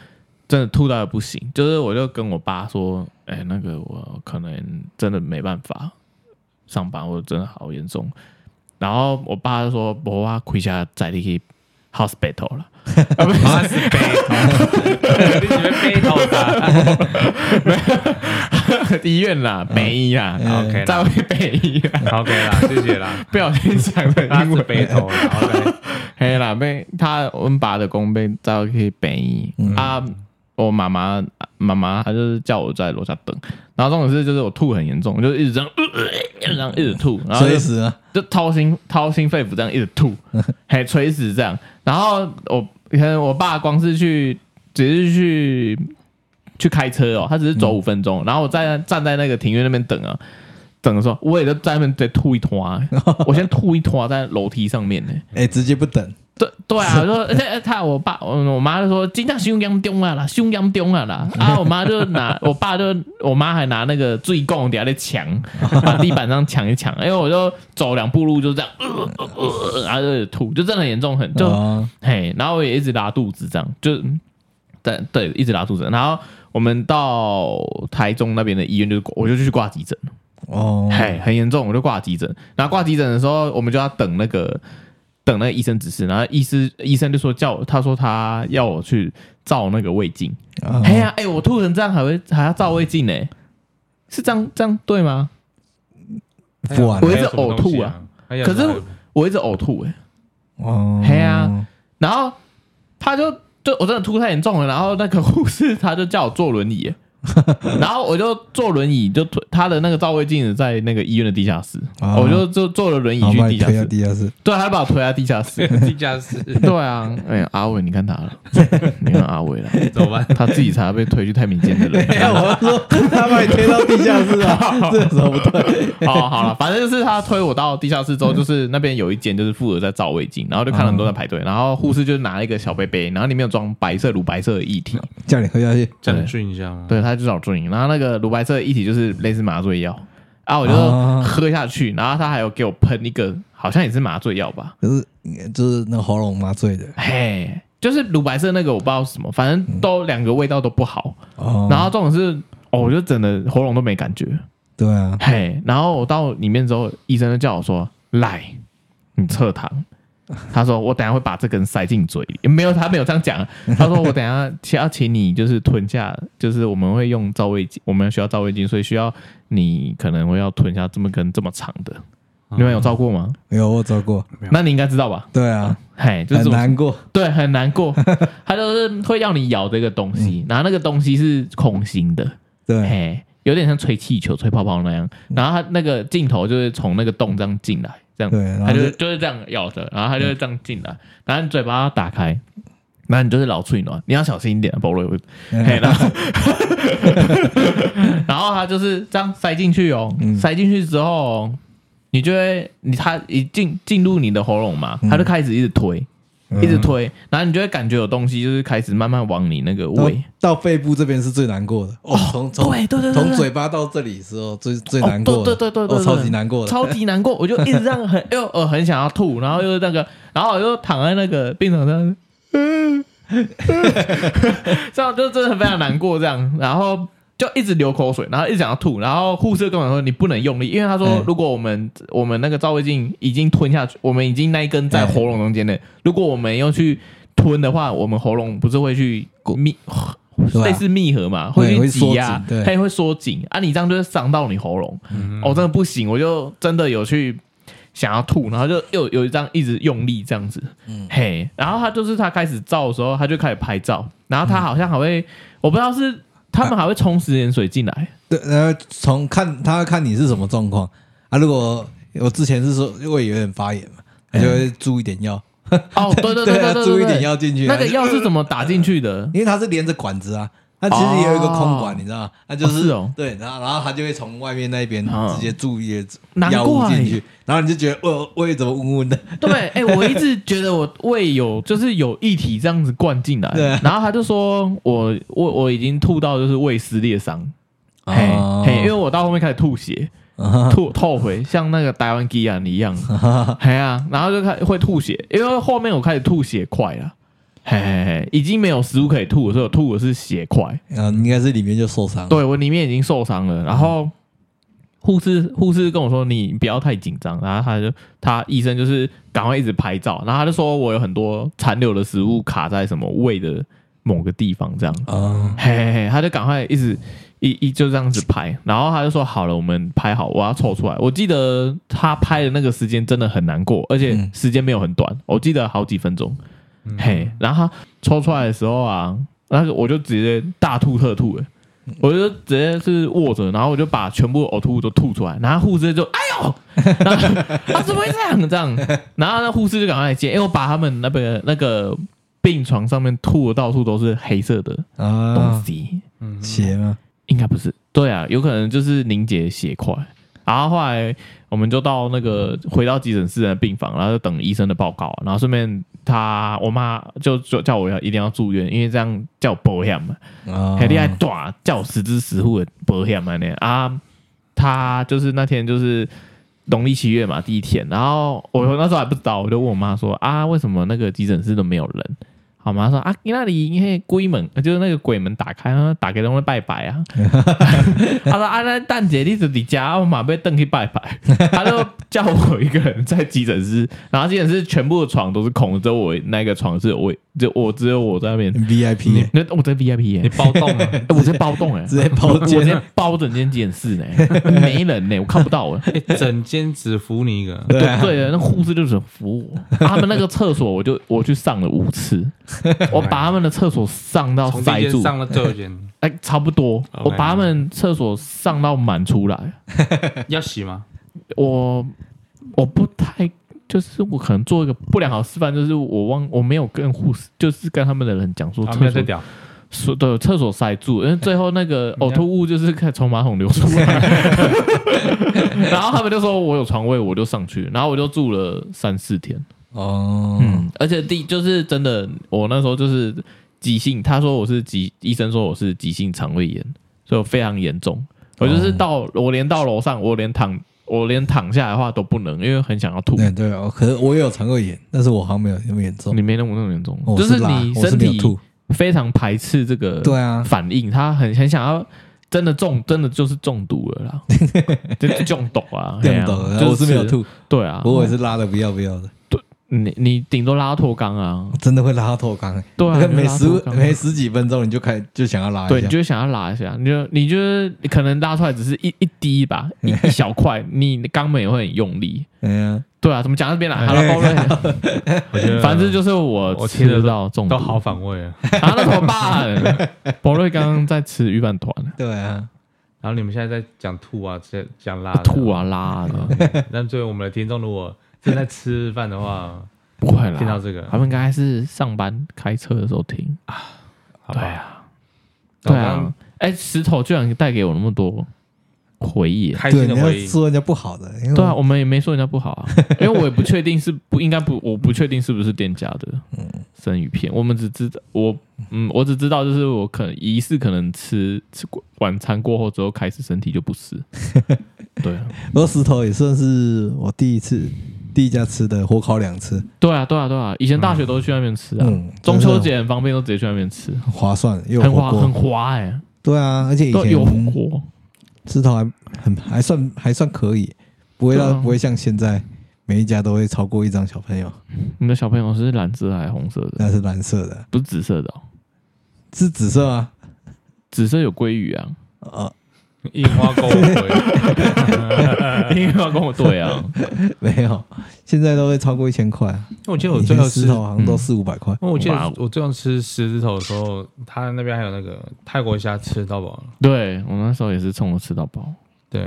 S2: 真的吐到不行，就是我就跟我爸说，哎、那个我可能真的没办法上班，我真的好严重。然后我爸就说：“我啊，回家载你去 hospital 了。”啊， 不是
S1: 他是背头，你喜欢背头的
S2: 医院啦，北医啦，
S3: 嗯
S2: 然后
S1: ？OK
S2: 再
S1: 啦
S2: 回北医啦，
S1: ，OK 啦，谢谢啦，
S2: 不小心讲的
S1: 他
S2: 英
S1: 是
S2: 文，
S1: 背头啦，OK，
S2: 嘿啦，被他我们爸的工被载去北医啊，我妈妈妈妈她就是叫我在楼下等，然后重点是就是我吐很严重，我就一直这样，呃呃呃这样一直吐，然后就
S3: 垂死啊，
S2: 就掏心掏心肺腑这样一直吐，还垂死这样。然后我可能我爸光是去只是去去开车哦，他只是走五分钟，然后我在站在那个庭院那边等啊，等的时候我也就在那边再吐一坨、啊，我先吐一坨在楼梯上面呢、
S3: 哎，直接不等，
S2: 对对啊，我说而且他我爸我我妈就说今天胸严重啊啦，胸严重啊啦，啊我妈就拿我爸就我妈还拿那个醉供底下在抢，把地板上抢一抢，因为我就走两步路就这样，呃呃呃呃然后就吐，就真的很严重很就、
S3: 哦
S2: 嘿，然后我也一直拉肚子这样，就对对一直拉肚子，然后我们到台中那边的医院就是我就去挂急诊。
S3: 哦，
S2: 嘿，很严重，我就挂急诊。然后挂急诊的时候，我们就要等那个等那个医生指示，然后医师医生就说叫我，他说他要我去照那个胃镜。
S3: 哦
S2: 哎呀，哎，我吐成这样还会还要照胃镜呢、是这样这样对吗？
S3: 不玩
S2: 我一
S3: 了，
S2: 直呕吐啊
S1: 还有
S2: 可
S1: 什
S2: 是
S1: 么东西啊，可
S2: 我一直呕吐哎、
S3: 哦，
S2: 嘿啊然后他就就我真的吐太严重了，然后那个护士他就叫我坐轮 椅欸、然后我就坐轮椅，就推他的那个照胃镜在那个医院的地下室，
S3: 哦
S2: 我就就坐了轮椅
S3: 好，
S2: 去
S3: 把
S2: 地
S3: 你
S2: 下
S3: 推到
S2: 室，
S3: 地 下室，
S2: 对，他把我推到地下室，
S1: 地下室
S2: 对啊，哎、阿伟，你看他了， 你看阿伟了，
S1: 怎么办？
S2: 他自己才被推去太平间的 人。
S3: 哎，我说他把你推到地下室 啊，这有什么不对？
S2: 哦，好了，反正就是他推我到地下室之后，就是那边有一间就是负责在照胃镜，然后就看很多人在排队，然后护士就拿一个小杯杯，然后里面有装白色乳白色的液体，
S3: 叫你喝下去，
S1: 将军一下吗？
S2: 对，他就找注意，然后那个乳白色的液体就是类似麻醉药，啊，我就
S3: 哦
S2: 喝下去，然后他还有给我喷一个，好像也是麻醉药 吧，
S3: 可是就是那喉咙麻醉的
S2: 嘿，就是乳白色那个我不知道是什么，反正都两个味道都不好，
S3: 哦，
S2: 然后重点是，哦，我就整的喉咙都没感觉，
S3: 对啊，
S2: 嘿，然后我到里面之后，医生就叫我说：“来，你侧躺。”他说：“我等一下会把这根塞进嘴里。”没有，他没有这样讲。他说：“我等一下要请你就是吞下，就是我们会用照胃镜，我们需要照胃镜，所以需要你可能会要吞下这么根这么长的。你们有照过吗？
S3: 哦没有我照过，
S2: 那你应该知道吧？
S3: 对啊，
S2: 嘿，就是这
S3: 很
S2: 种
S3: 难过，
S2: 对，很难 过。他就是会要你咬这个东
S3: 嗯
S2: 西，然后那个东西是空心的。
S3: 对，
S2: 嘿，有点像吹气球、吹泡泡那样。然后他那个镜头就是从那个洞这样进来，这样，
S3: 对然后
S2: 他嗯就嗯
S3: 就
S2: 就是这样咬着，然后他就这样进来，然后你嘴巴要打开，然后你就是老脆暖，你要小心一点，保罗有。
S3: 哎
S2: 嘿，然后， 然后他就是这样塞进去哦，塞进去之后嗯哦，你就会，你他一进进入你的喉咙嘛，他就开始一直推，一
S3: 嗯
S2: 直推，然后你就会感觉有东西就是开始慢慢往你那个
S3: 到
S2: 胃。
S3: 到肺部这边是最难过的哦，从从
S2: 对对对对
S3: 从
S2: 对
S3: 嘴巴到这里的时候最最难过的，
S2: 哦对对对对对
S3: 哦
S2: 对
S3: 超级难过的，
S2: 超级难 过，我就一直这样很又呃很想要吐，然后又那个，然后我就躺在那个病床上， 嗯，嗯这样就真的非常难过这样，然后就一直流口水，然后一直想要吐，然后护士跟我说你不能用力，因为他说
S3: 嗯
S2: 如果我们我们那个照胃镜已经吞下去，我们已经那一根
S3: 嗯
S2: 在喉咙中间的，如果我们又去吞的话，我们喉咙不是会去密。
S3: 对啊
S2: 类似密合嘛，
S3: 对
S2: 去
S3: 会缩
S2: 挤压
S3: 紧，对嗯
S2: 它也会缩紧啊！你这样就会伤到你喉咙，哦，真的不行，我就真的有去想要吐，然后就又有一张一直用力这样子，
S3: 嗯
S2: 嘿，然后他就是他开始照的时候，他就开始拍照，然后他好像还会，我不知道是他们还会冲食盐水进 来，
S3: 对，然后从看他看你是什么状况啊。如果我之前是说胃有点发炎嘛，他就
S2: 嗯
S3: 会注一点药，
S2: 哦，对对
S3: 啊
S2: 对对
S3: 注一
S2: 对
S3: 点
S2: 对
S3: 药进去啊，
S2: 那个
S3: 就
S2: 药是怎么打进去 的？
S3: 因为它是连着管子啊，它其实也有一个空管，
S2: 哦
S3: 你知道吗？它就是,、
S2: 哦是哦
S3: 对，然后然后它就会从外面那边
S2: 嗯
S3: 直接注液
S2: 难
S3: 药物
S2: 怪
S3: 进去，然后你就觉得哦，胃怎么温温的？
S2: 对，哎、我一直觉得我胃有就是有液体这样子灌进来，
S3: 对啊
S2: 然后他就说我我我已经吐到就是胃撕裂伤，嘿
S3: 哦
S2: 嘿，因为我到后面开始吐血，吐吐回像那个台湾基安一样，嘿啊，然后就开会吐血，因为后面我开始吐血块了，嘿嘿嘿，已经没有食物可以吐了，所以我吐的是血块，
S3: 啊，应该是里面就受伤了。
S2: 对我里面已经受伤了，然后。护士护士跟我说：“你不要太紧张。”然后他就他医生就是赶快一直拍照，然后他就说：“我有很多残留的食物卡在什么胃的某个地方，这样。”
S3: 啊，
S2: 嘿嘿嘿，他就赶快一直一一就这样子拍，然后他就说好了，我们拍好，我要凑出来。我记得他拍的那个时间真的很难过，而且
S3: 嗯
S2: 时间没有很短，我记得好几分钟。
S1: 嗯
S2: 嘿，然后他抽出来的时候啊，那个我就直接大吐特吐了。我就直接是握着，然后我就把全部呕吐物都吐出来，然后护士就哎呦，然后啊怎么会这样这样？然后那护士就赶快来接，因为我把他们那个那个病床上面吐的到处都是黑色的，东
S3: 啊，
S2: 西，
S3: 血吗？
S2: 应该不是。对啊，有可能就是凝结血块。然后后来我们就到那个回到急诊室的病房，然后就等医生的报告，啊然后顺便他我妈就就叫我要一定要住院，因为这样叫保险嘛，
S3: 啊，
S2: 很厉害，大叫十之十户的保险嘛那啊，他就是那天就是农历七月嘛第一天，然后我那时候还不知道，我就问我妈说啊，为什么那个急诊室都没有人？好妈说啊，你那里那鬼门，呃就是那个鬼门打开，啊打开都会拜拜啊。 他说啊，那蛋姐你是你家，我马被邓去拜拜。 他就叫我一个人在急诊室，然后急诊室全部的床都是空的，只有我那个床是我就我只有我在那边。
S3: VIP，
S2: 你
S3: 耶
S2: 那我在 VIP 耶、
S1: 你包动了。
S2: 欸、我直接包栋哎、
S3: 直接包
S2: 我
S3: 间
S2: 直接包整间急诊 室呢、没人呢、我看不到哎、
S1: 欸整间只服你一个，
S3: 对啊
S2: 对对啊，那护士就是很服我、啊他们那个厕所，我就我去上了五次，我把他们的厕所上到
S1: 啊从第
S2: 塞
S1: 一间
S2: 住，
S1: 上到最后一 间，
S2: 哎、差不多，
S1: Oh my
S2: 我把他们厕所上到满出来，
S1: 要洗吗？
S2: 我我不太。就是我可能做一个不良好示范，就是我忘我没有跟护士，就是跟他们的人讲说
S1: 啊，没
S2: 厕
S1: 有
S2: 所
S1: 再屌，
S2: 所对厕所塞住，因为最后那个
S1: 你
S2: 呕
S3: 嗯
S1: 看
S2: 吐物就是开始从马桶流出来， 然后他们就说我有床位，我就上去，然后我就住了三四天，
S3: 哦，
S2: 嗯，而且第就是真的，我那时候就是急性，他说我是急，医生说我是急性肠胃炎，所以我非常严重，我就是到、我连到楼上，我连躺我连躺下来的话都不能，因为很想要吐，
S3: 对对，哦可是我也有肠胃炎，但是我好像没有那么严重，
S2: 你没那么那么严重，
S3: 我
S2: 就是是
S3: 辣
S2: 你
S3: 哦我是
S2: 身
S3: 没有
S2: 体
S3: 吐，
S2: 非常排斥这个
S3: 对啊
S2: 反应，他很很想要真的中，真的就是中毒了啦，就就中毒啊，
S3: 更懂
S2: 嘿啊
S3: 了，
S2: 就
S3: 我是没有，吐，
S2: 对啊，
S3: 不过我也是拉的不要不要的，
S2: 你你顶多拉脱肛啊，
S3: 真的会拉到脱肛欸，
S2: 对 啊，
S3: 你看每十
S2: 你就拉脱肛啊
S3: 每十几分钟你就开就想要拉
S2: 对，
S3: 一
S2: 你
S3: 下，
S2: 就想要拉一下，你就你就是你可能拉出来只是一一滴吧，一一小块，你肛门也会很用力。
S3: 哎呀，
S2: 对啊，怎么讲到这边来？好了，包瑞，
S1: 我觉得
S2: 反正就是我
S1: 我
S2: 吃
S1: 听
S2: 得
S1: 得
S2: 到中毒，
S1: 都好反胃啊。
S2: 啊，那怎么办？宝瑞刚刚在吃鱼饭团，
S3: 对啊，
S1: 然后你们现在在讲吐啊，在讲拉的
S2: 吐。啊拉的，
S1: OK，那作为我们的听众，如果正在吃饭的话，
S2: 不会啦。
S1: 听到这个，
S2: 他们应该是上班开车的时候听。
S1: 好
S2: 对
S1: 吧？
S2: 啊，
S1: 那
S2: 对啊
S1: 我刚
S2: 啊。哎，石头居然带给我那么多回忆。
S1: 开
S3: 对，
S1: 心
S3: 你
S1: 的
S3: 要
S1: 回忆。
S3: 说人家不好的，因为
S2: 对啊，我们也没说人家不好 啊，因为我也不确定是不应该不，我不确定是不是店家的
S3: 嗯
S2: 生鱼片，我们只知道我嗯，我只知道就是我可能疑似可能吃吃过晚餐过后之后开始身体就不 适，对啊，
S3: 我石头也算是我第一次第一家吃的火烤两次，
S2: 对啊，对啊，对啊，以前大学都是去外面吃啊，
S3: 嗯
S2: 中秋节很方便，都直接去外面吃，
S3: 很划算，又有
S2: 很
S3: 火
S2: 滑很
S3: 锅，
S2: 滑哎、
S3: 对啊，而且以
S2: 都有火
S3: 前
S2: 锅，
S3: 石头还很还算还算可以，不会
S2: 对
S3: 到
S2: 啊
S3: 不会像现在每一家都会超过一张小朋友，
S2: 你的小朋友是蓝色还是红色的？
S3: 那是蓝色的，
S2: 不是紫色的、哦，
S3: 是紫色啊吗？
S2: 紫色有鲑鱼啊，
S3: 呃，
S1: 樱花沟 回，
S2: 因为要跟我对啊，
S3: 没有，现在都会超过一千块。啊
S1: 我记得我
S3: 以
S1: 最
S3: 前
S1: 后吃
S3: 石头好像都
S2: 嗯
S3: 四五百块，
S1: 因为我记
S2: 哇哦
S1: 得我最后吃十字头的时候，他那边还有那个泰国虾吃到饱，
S2: 对我那时候也是冲着吃到饱。
S1: 对，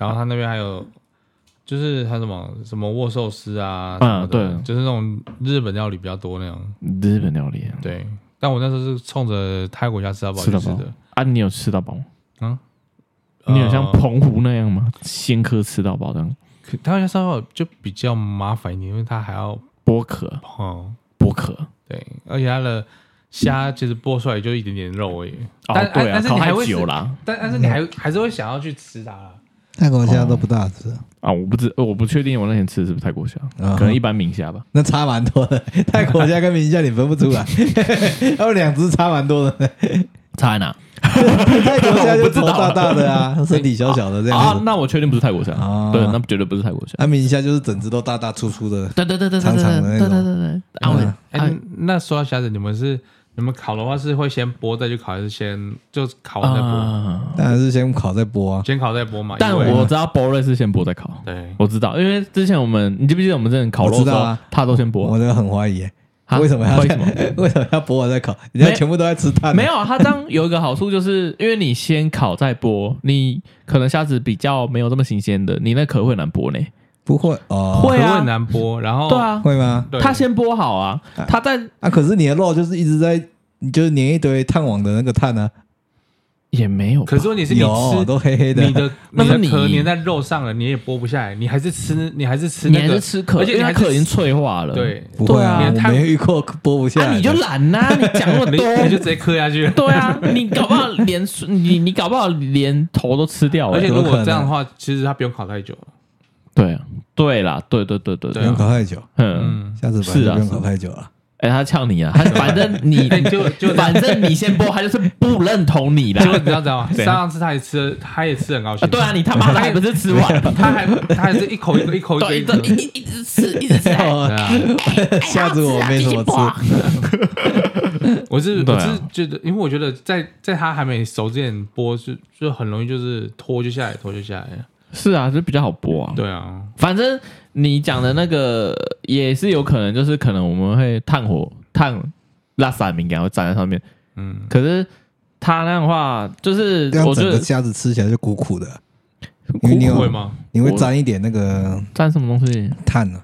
S1: 然后他那边还有就是还有什么什么握寿司啊，
S2: 嗯
S1: 什么的
S2: 对
S1: 就是那种日本料理比较多那样，
S2: 日本料理
S1: 对。但我那时候是冲着泰国虾吃到饱
S2: 吃
S1: 去
S2: 到
S1: 吃
S2: 饱
S1: 的，
S2: 啊，你有吃到饱吗？
S1: 呃
S2: 你有像澎湖那样吗？仙科吃到饱这样，
S1: 可泰国虾吃到饱就比较麻烦一点，因为它还要
S2: 剥壳，
S1: 碰，
S2: 剥壳。
S1: 对，而且它的虾其实剥出来就一点点肉而已，
S2: 哦
S1: 但，
S2: 对啊，
S1: 但是
S2: 烤
S1: 你还
S2: 太
S1: 会
S2: 久
S1: 吃
S2: 啦。
S1: 但但是你
S2: 嗯
S1: 还还是会想要去吃它啊。
S3: 泰国现在都不大吃啊
S2: 啊！我不知，呃我不确定我那天吃的是不是泰国虾，，可能一般明虾吧。
S3: 那差蛮 多的。泰国虾跟明虾你分不出来，他们两只差蛮多的。
S2: 差在哪？
S3: 泰国虾就
S2: 我不知
S3: 头
S2: 道
S3: 大大的
S2: 哦
S3: 啊，身体小小的这样
S2: 啊
S3: 子，，
S2: 那我确定不是泰国虾
S3: 啊，
S2: 对，那绝对不是泰国虾。
S3: 那明虾就是整只都大大粗粗的。
S2: 对对对对对
S3: 长
S2: 对
S3: 长的
S2: 对
S3: 那
S2: 对
S3: 种
S2: 对对。啊，
S3: 嗯
S2: 我
S1: 哎、
S2: 啊
S1: 那说到虾子，你们是你们烤的话是会先剥再去烤，还是先就烤完再剥？
S2: 啊！
S3: 当然是先烤再剥啊，
S1: 先烤再剥嘛。
S2: 但
S1: 因为
S2: 我知道波瑞是先剥再烤，
S1: 对
S2: 我知道，因为之前我们你记不记得我们之前烤肉的
S3: 我知
S2: 时
S3: 道
S2: 候
S3: 啊，
S2: 他都先剥
S3: 我，这个很怀疑欸，
S2: 啊
S3: 为什么要
S2: 为什么？
S3: 为什么要剥完再烤？人家
S2: 没
S3: 全部都在吃碳啊，
S2: 没有，它这样有一个好处，就是因为你先烤再剥，你可能虾子比较没有这么新鲜的，你那壳会难剥呢。
S3: 不会哦，
S2: 会啊
S1: 壳很难剥，然后
S2: 对，啊，
S3: 会吗？
S1: 哦对
S2: 它先剥好啊，它在
S3: 啊，可是你的肉就是一直在，你就是粘一堆碳网的那个碳啊，
S2: 也没有吧，
S1: 可是问题是你
S3: 有
S1: 吃
S3: 都黑黑的，
S1: 你的
S2: 那是
S1: 你的壳
S2: 你
S1: 粘在肉上了，你也剥不下来，你还是吃你还是吃
S2: 你
S1: 那
S2: 还
S1: 个，
S2: 是吃壳，
S1: 而且
S2: 因
S1: 你
S2: 为
S1: 还
S2: 它
S1: 是
S2: 壳已经脆化了。
S1: 对，
S3: 不会
S2: 对
S3: 啊，
S2: 啊
S3: 我
S1: 碳
S3: 没遇过剥不下
S2: 啊，
S3: 来
S2: 你就
S3: 的。
S2: 懒呐，你讲那么
S1: 你
S2: 多
S1: 你就直接磕下去了。
S2: 对啊，你搞不好连你你搞不好连头都吃掉了。
S1: 而且
S3: 有
S1: 如
S3: 可
S1: 果
S3: 能
S1: 这样的话，其实它不用烤太久。
S2: 对啊，对啦，对对对对
S1: 对
S3: 不用
S1: 啊
S3: 烤太久，
S2: 嗯，
S1: 嗯，
S3: 下次
S2: 是
S3: 本来就
S2: 啊
S3: 不用
S2: 是
S3: 烤太久了。
S2: 哎，他呛你啊， 他反正你
S1: 哎，就就
S2: 反正你先播，他就是不认同你啦。
S1: 就你知道怎样吗？
S2: 怎样
S1: 上次他也吃了，他也吃得很高
S2: 啊
S1: 兴。
S2: 对啊，你他妈的还不是吃完 了？
S1: 他还他还是一口一个一口一个
S2: 对，哦
S1: 一个
S2: 一直一一一直吃，一直吃。
S3: 哎
S2: 哎
S1: 对啊，
S3: 下次我没什么
S2: 啊
S3: 吃，
S1: 我是、
S2: 对
S1: 我
S2: 啊
S1: 是觉得，因为我觉得在在他还没熟之前播，就就很容易就是拖就下来，拖就下来。
S2: 是啊，就比较好播啊。
S1: 对啊，
S2: 反正你讲的那个也是有可能，就是可能我们会炭火炭拉萨敏感会粘在上面。
S1: 嗯，
S2: 可是他那样的话，就是
S3: 这样
S2: 我觉
S3: 整
S2: 得
S3: 个虾子吃起来就苦苦的，因为你
S2: 苦
S3: 有
S1: 会吗？
S3: 你会沾一点那个
S2: 粘什么东西，
S3: 碳啊，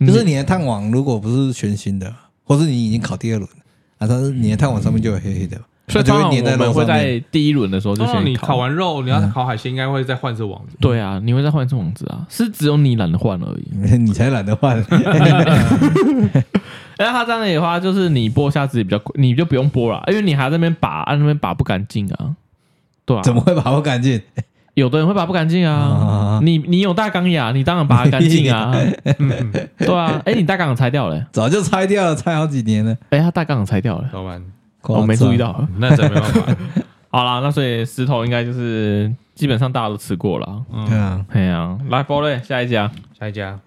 S2: 嗯
S3: 就是你的碳网如果不是全新的，或是你已经烤第二轮，啊，但是你的碳网上面就有黑黑的，
S2: 所
S3: 它
S2: 以
S3: 就
S2: 通常
S3: 会粘在
S2: 我们
S3: 肉
S2: 会
S3: 上面。
S2: 在第一轮的时候就
S1: 通常
S2: 先
S1: 你烤
S2: 烤。
S1: 完肉，你要烤海鲜，应该会再换只网 子。
S2: 对啊，你会再换这种子啊，是只有你懒得换而已。
S3: 你才懒得 换，
S2: 然哎后他这样的话，就是你剥虾子也比较，你就不用剥了，因为你还在那边拔，啊、那边拔不干净啊。对啊，
S3: 怎么会把我干净？
S2: 有的人会拔不干净啊
S3: 啊。
S2: 你你有大钢牙，你当然拔得干净啊。
S1: 嗯
S2: 对啊，哎，你大钢牙拆掉了欸，
S3: 早就拆掉了，拆好几年了。
S2: 哎，他大钢牙拆掉了，
S1: 老板，
S2: 我哦没注意。到。
S1: 那真没办法。
S2: 好啦，那所以石头应该就是基本上大家都吃过了。
S3: 对
S1: 嗯，
S3: 啊，
S2: 哎呀，来波瑞下一家。
S1: 下一家，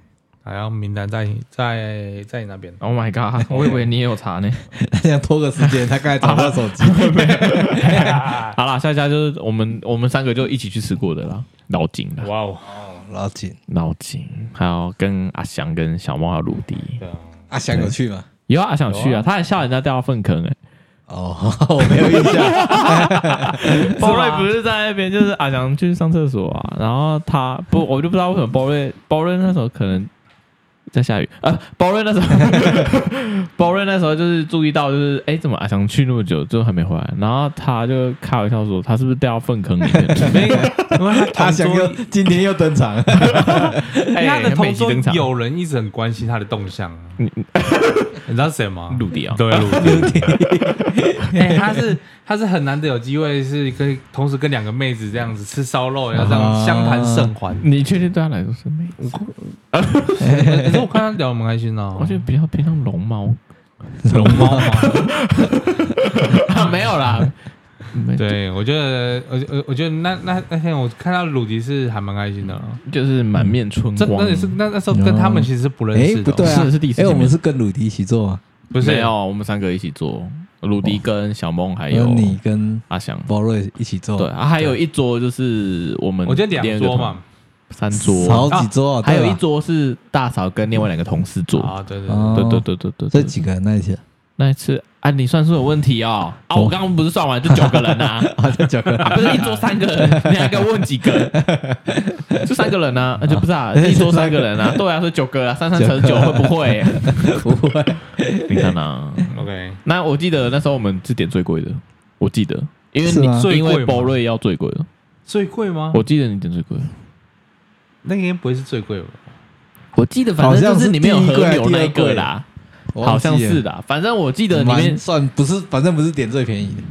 S1: 还要名单在在在你那边。
S2: Oh my god，我以为你也有查 呢。
S3: 他想拖个时间，他刚才找不到手机。
S2: 好啦，下一家就是我们我们三个就一起去吃过的啦，老井啦，
S1: 哇哦，
S3: 老紧，
S2: 老井，还有跟阿翔、跟小猫还有鲁迪。
S1: 对啊，
S3: 阿翔有去吗？
S2: 有啊，阿翔有去
S1: 有
S2: 啊，
S1: 啊
S2: 他还笑人家掉到粪坑 哎、
S3: 哦， 我没有印 象。
S2: 包瑞不啊是在那边，就是阿翔去上厕所啊，然后他不，我就不知道为什么包瑞包瑞那时候可能在下雨啊！宝瑞那时候， 宝瑞那时候就是注意到，就是哎、怎么阿翔去那么久，最后还没回来？然后他就开玩笑说，他是不是掉到粪坑里面？
S1: 没有，因为他同
S3: 阿翔
S1: 桌
S3: 又今天又登场，
S2: 哎、
S1: 他的
S2: 每
S1: 同
S2: 集
S1: 桌
S2: 登场
S1: 有人一直很关心他的动向啊，你知道谁吗？
S2: 陆地啊，
S1: 对，陆地。 哎，他是他是很难得有机会是可以同时跟两个妹子这样子吃烧肉，然后这样
S3: 啊
S1: 相谈甚欢。哎
S2: 你确定对他来说是妹子？
S1: 可是我看他聊得蛮开心的哦，
S2: 我觉得比较偏向龙 猫，
S1: 龙猫嘛。
S2: 啊、没有啦，没，
S1: 对，我觉得，我我我觉得那那那天我看到鲁迪是还蛮开心的
S2: 嗯
S1: 啦，
S2: 就是满面春
S1: 这
S2: 光。
S1: 那也是那那时候
S2: 嗯
S1: 跟他们其实是不认
S3: 哎
S1: 识，的
S3: 不
S1: 哦，
S3: 对啊，
S2: 是是第四
S3: 哎，我
S2: 见
S3: 们
S2: 面
S3: 是跟鲁迪一起做啊，
S1: 不是
S2: 没有，我们三个一起做，鲁迪跟小梦还
S1: 哦
S2: 有
S3: 你跟
S2: 阿翔。
S3: 包瑞一起做，
S2: 哎对，啊，还有一桌就是我们，
S1: 我觉得两桌，嘛，
S2: 三桌，
S3: 好几桌，
S2: 啊还有
S3: 对
S2: 一
S3: 吧，
S2: 桌是大嫂跟另外两个同事做。
S1: 啊，对对对，
S3: 哦
S2: 对对对对对，
S3: 这
S2: 对
S3: 几个人在一起啊，
S2: 那一次啊，你算数有问题哦。啊，我刚刚不是算完就九个人 啊，
S3: 啊，这九个人
S2: 啊，不是一桌三个人，你还给我问 几个？就三个人啊，啊就不是啊，一桌三个人啊，对啊，是九个啊，三三乘九会 不会？
S3: 不会，
S2: 你看啊，
S1: OK，
S2: 那我记得那时候我们是点最贵的，我记得，因为
S3: 是吗
S2: 你
S1: 最
S2: 因
S1: 贵
S2: 为
S1: 吗
S2: 包瑞要最贵了，
S1: 最贵吗？
S2: 我记得你点最贵。
S1: 那个应该不会是最贵吧？
S2: 我记得反正
S3: 好
S2: 就
S3: 像
S2: 是
S3: 是
S2: 里面有
S3: 第一
S2: 和
S3: 贵
S2: 牛那一
S3: 第二
S2: 个
S3: 贵
S2: 啦， 好像是的，反正我记得
S3: 的，
S2: 里面
S3: 蛮算不是，反正不是点最便宜的，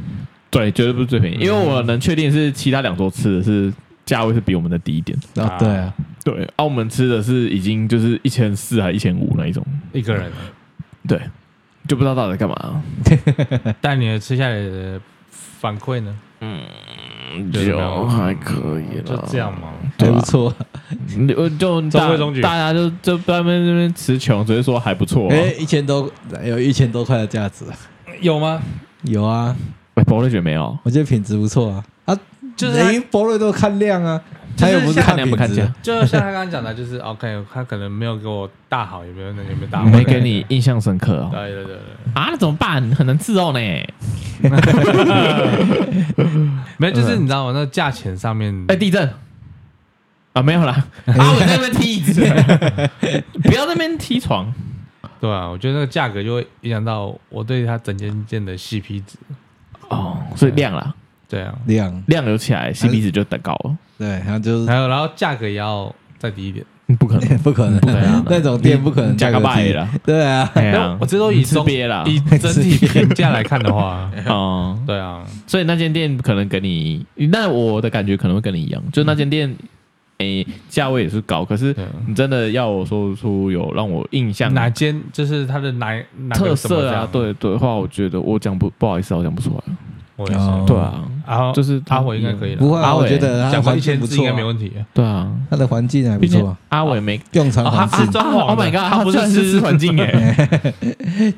S2: 对，绝对不是最便
S1: 嗯
S2: 宜，因为我能确定是其他两桌吃的是价位是比我们的低一点。
S1: 啊
S3: 啊，对啊，
S2: 对，澳、我门吃的是已经就是一千四还一千五那一种，
S1: 一个 人，
S2: 对，就不知道到底在干嘛。
S1: 但你的吃下来的反馈呢？
S2: 嗯
S1: 就
S2: 还可以
S1: 就这样嘛。
S3: 还不错，啊
S2: 嗯呃就
S1: 中
S2: 大
S1: 规中矩
S2: 大家就就在那边那边词穷，只是说还不错、啊。
S3: 哎，一千多有一千多块的价值，啊
S1: 有吗？
S3: 有啊，
S2: 哎，伯乐觉得没有，
S3: 我觉得品质不错啊，啊，
S1: 就是
S3: 哎，包瑞都看量啊，他又不是
S1: 像
S3: 看
S2: 量不看
S3: 品质
S2: 价
S3: 啊，
S1: 就像他刚刚讲的，就是 OK，他可能没有给我大好，也没有那有没有大好，
S2: 没给你印象深刻哦。
S1: 对。对对啊对。
S2: 啊，那怎么办？很难伺候呢。哎
S1: 没有，就是你知道吗？那价钱上面，
S2: 嗯哎、地震啊，没有啦。啊，我在那边踢椅子， 不要在那边踢床。
S1: 对啊，我觉得那个价格就会影响到我对它整间店的 CP 值。
S2: 哦，所以亮啦，
S1: 对啊，
S3: 量，
S2: 量有起来，CP 值就等高了。
S3: 对，然后就是
S1: 还有然后价格也要再低一点。
S2: 不可 能，
S3: 不可能啊
S2: 嗯
S3: 嗯
S2: 不可能，啊嗯
S3: 那种店不可能
S2: 加
S3: 价
S2: 个
S3: 格
S2: 拜
S3: 低
S2: 啦。
S3: 对啊，
S2: 哎
S1: 但
S2: 呀，
S1: 我这都以
S2: 你吃
S1: 中
S2: 瘪啦。
S1: 以整体评价来看的 话，
S2: 哦，
S1: 对啊，
S2: 所以那间店可能跟你，那我的感觉可能会跟你一样，就那间店，诶，价位也是高，可是
S1: 对啊
S2: 你真的要我说出有让我印象
S1: 哪间就是它的哪哪个
S2: 特
S1: 什么
S2: 色
S1: 这
S2: 啊
S1: 样，
S2: 对对的话，我觉得我讲不不好意思啊，我讲不出来。
S1: 我也是。
S3: 哦
S2: 对啊，
S1: 然后
S2: 就是
S1: 阿伟应该可以
S3: 不
S1: 了，
S3: 会啊，
S2: 阿伟
S3: 我觉得它
S1: 讲
S3: 的
S1: 过一
S3: 环
S1: 千
S3: 境不
S1: 字应
S3: 错
S1: 该
S3: 啊
S1: 没，问题。
S2: 对啊，
S3: 它的环境还不
S2: 毕竟
S3: 错啊，
S2: 阿伟没
S3: 用餐
S1: 哦，
S3: 环
S1: 他他是
S3: 境
S1: 装潢的
S2: Oh my god，
S1: 他不
S2: 他
S1: 是
S2: 居然是
S1: 吃
S2: 吃环 境
S1: 哎，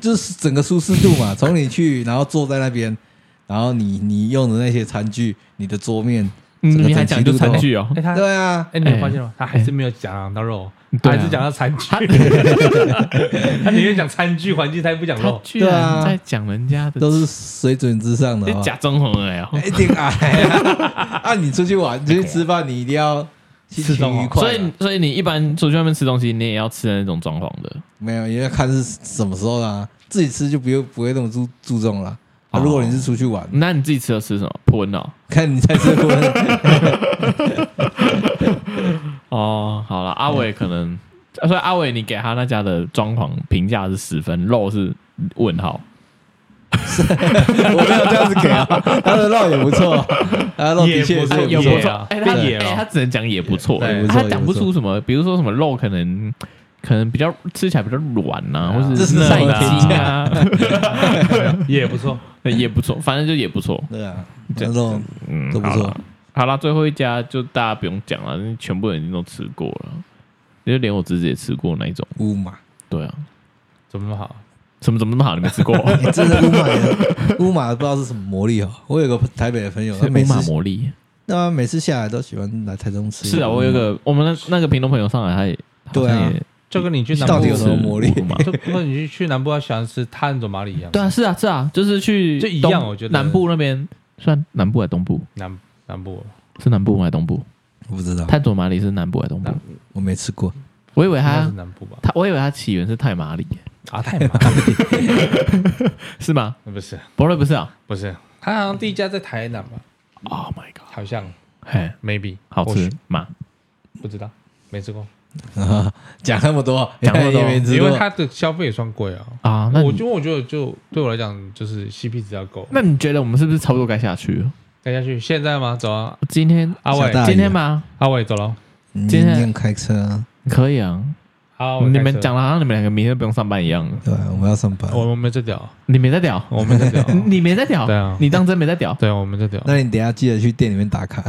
S3: 就是整个舒适度 嘛，从你去，然后坐在那边，然后你你用的那些餐具，你的桌面，
S2: 嗯
S3: 整个
S2: 你还讲
S3: 整齐
S2: 就
S3: 度都
S2: 餐具哦，
S1: 他
S3: 对啊，
S1: 哎，你有发现吗？他还是没有讲到肉，他
S2: 对啊
S1: 还是讲到餐具， 他宁愿讲餐具环境，他也不讲
S2: 他
S1: 肉。
S2: 居
S3: 对
S2: 然
S3: 啊
S2: 在讲人家的，
S3: 都是水准之上的
S2: 你
S3: 啊，
S2: 假装红了呀。
S3: 一定 矮啊！啊，你出去玩，你出去吃饭，你一定要心
S1: 吃中
S3: 情愉
S1: 哦
S3: 快
S2: 所
S3: 啊。
S2: 以，所以你一般出去外面吃东西，你也要吃那种装潢的。
S3: 没有，也要看是什么时候啦，自己吃就不用不会那么注注重啦。啊，
S2: 哦
S3: 如果你是出去玩，
S2: 那你自己吃的吃什么？荤哦。
S3: 看你在这边
S2: 哦，好了，阿伟可能，啊所以阿伟你给他那家的装潢评价是十分，肉是问号。
S3: 我没有这样子给啊。 他的肉也不错啊，他的肉的确
S1: 也
S3: 也
S1: 不错
S3: 是
S1: 也
S3: 不
S1: 不
S3: 错
S1: 错
S3: 啊。
S2: 哎，他
S1: 也
S2: 哎他只能讲也不错，
S1: 对
S2: 哎
S1: 也
S3: 不错
S2: 他讲不 出什么，比如说什么肉可能。可能比较吃起来比较软呐、啊，或
S3: 这
S2: 是
S3: 是什
S2: 耐
S3: 么
S2: 筋啊，
S1: 也不错，
S2: 也不错，反正就也不错。
S3: 对啊，那肉
S2: 嗯，
S3: 都不
S2: 好
S3: 错
S2: 啦。好啦，最后一家就大家不用讲了，因为全部人已经都吃过了，因为连我侄子也吃过那一种。
S3: 乌马，
S2: 对啊，
S1: 怎么那么好？
S2: 什么怎么那么好，你没 吃过？
S3: 欸真的乌马也，乌马不知道是什么魔力哦。我有个台北的朋友，他
S2: 是
S3: 每
S2: 乌马
S3: 次
S2: 魔力。
S3: 那他每次下来都喜欢来台中吃。
S2: 是啊，我有个我们那那个屏东朋友上来，他也
S3: 对啊
S2: 好像也
S1: 就跟你去南
S3: 到
S1: 部
S3: 底有什么魔力
S2: 乌马
S1: 就跟你去南部要喜欢吃碳佐马里一样。
S2: 对啊，是啊，是啊，就是去
S1: 就一
S2: 东
S1: 样我觉得
S2: 南部那边算南部还是东部？
S1: 南南部
S2: 是南部还是东部？
S3: 我不知道，
S2: 探索马里是南部还是东部
S1: 南？
S3: 我没吃过。
S2: 我以为
S1: 应该
S2: 它
S1: 是南部吧？
S2: 它，我以为它起源是太麻里，
S1: 啊，太麻 烦了，
S2: 是吗？
S1: 不是
S2: 博瑞不是啊
S1: 不是，它好像第一家在台南吧？
S2: ？Oh my god！
S1: 好像
S2: 嘿，
S1: maybe
S2: 好
S1: 或
S2: 吃
S1: 许，
S2: 吗？
S1: 不知道没吃过，
S3: 啊讲那么多，哎
S2: 讲那么多
S3: 也没吃
S1: 因
S3: 过
S1: 为它的消费也算贵啊。
S2: 啊，那
S1: 我
S2: 你
S1: 就我觉得就对我来讲就是 CP 值要够，
S2: 那你觉得我们是不是差不多该下去了？
S1: 待下去现在吗？走啊，
S2: 今天
S1: 阿伟
S3: 小大
S2: 今天吗？
S1: 阿伟走了，
S3: 你
S2: 今
S3: 今
S2: 天
S3: 天开车啊？
S2: 可以啊，
S1: 阿伟
S2: 你
S1: 开
S2: 们
S1: 车
S2: 讲，的好像你们两个明天不用上班一样，
S3: 对，我们要上班。
S1: 我们没在屌，
S2: 你没在屌，
S1: 我们 在屌，
S2: 你没在屌
S1: 哦对，啊，
S2: 你当真没在屌？
S1: 对，我们在屌。
S3: 那你等一下记得去店里面打卡，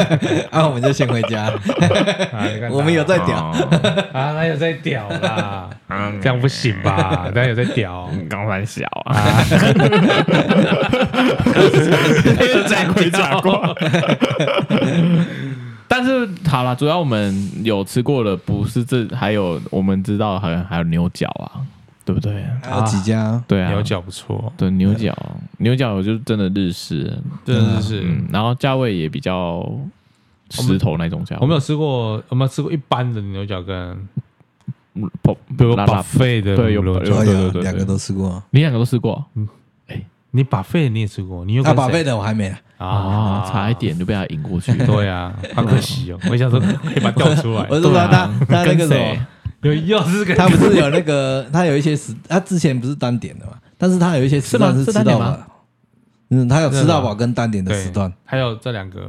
S3: 啊，我们就先回 家。
S1: 啊你看
S3: 我们有在屌，
S2: 哦，
S1: 啊，他有在屌 啦，
S2: 嗯
S1: 这样不行吧？他有在屌，
S2: 刚才小 啊，又在回家 过。但是好了，主要我们有吃过的不是这，还有我们知道好像还有牛角啊，对不对？
S3: 还有几家？
S2: 对啊，
S1: 牛角不错，
S2: 对牛角，牛角就真的日式，
S1: 真的是。
S2: 嗯，然后价位也比较石头那种价位。
S1: 我们有吃过，我们有吃过一般的牛角跟
S2: 有不
S1: 比如
S2: 拉
S1: 把
S2: 拉，
S1: 费的
S2: 对有
S1: 牛
S2: 有
S1: 角
S2: 对，对
S3: 有
S2: 对
S3: 两个都吃过。
S2: 你两个都吃过
S1: 你把费的你也吃过，你有
S3: 啊，
S1: 跟
S3: 宝
S1: 谁
S3: 贝的我还没啊，
S2: 啊，差一。点就被他赢过 去。
S1: 对 啊，好可惜哦！我想说可以把它调出来
S3: 我，是说
S2: 对啊
S3: 他他那个
S2: 跟
S3: 什
S2: 谁
S3: 么，
S1: 有又是个
S3: 他不是有那个他有一些时，他之前不是单点的嘛，但是他有一些时段
S2: 是吗是
S3: 吃
S2: 单点
S3: 到
S2: 吗
S3: 饱，嗯，他有吃到饱跟单点的时
S1: 对
S3: 段，
S1: 还有这两个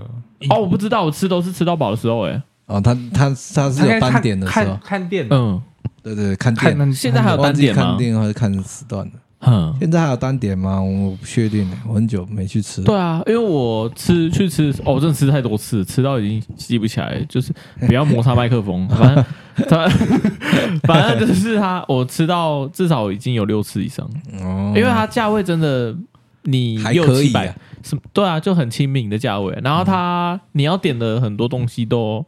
S2: 哦，我不知道，我吃都是吃到饱的时候，哎，
S3: 哦，他他他是有单点的时候
S1: 看，看店，
S2: 嗯
S3: 对对，对看
S1: 看
S3: 店，
S2: 现在还有
S3: 忘记
S2: 单点吗
S3: 看店还是看时段的。
S2: 哼，
S3: 现在还有单点吗？我不确定，我很久没去吃。
S2: 对啊，因为我吃去吃，哦，我真的吃太多次，吃到已经记不起来， 就是不要摩擦麦克风，反正 反正反正就是他，我吃到至少已经有六次以上。
S3: 哦，
S2: 因为它价位真的你
S3: 还
S2: 六
S3: 可
S2: 七
S3: 以
S2: 百
S3: 啊，
S2: 什么对啊，就很亲民的价位。然后它、你要点的很多东西都，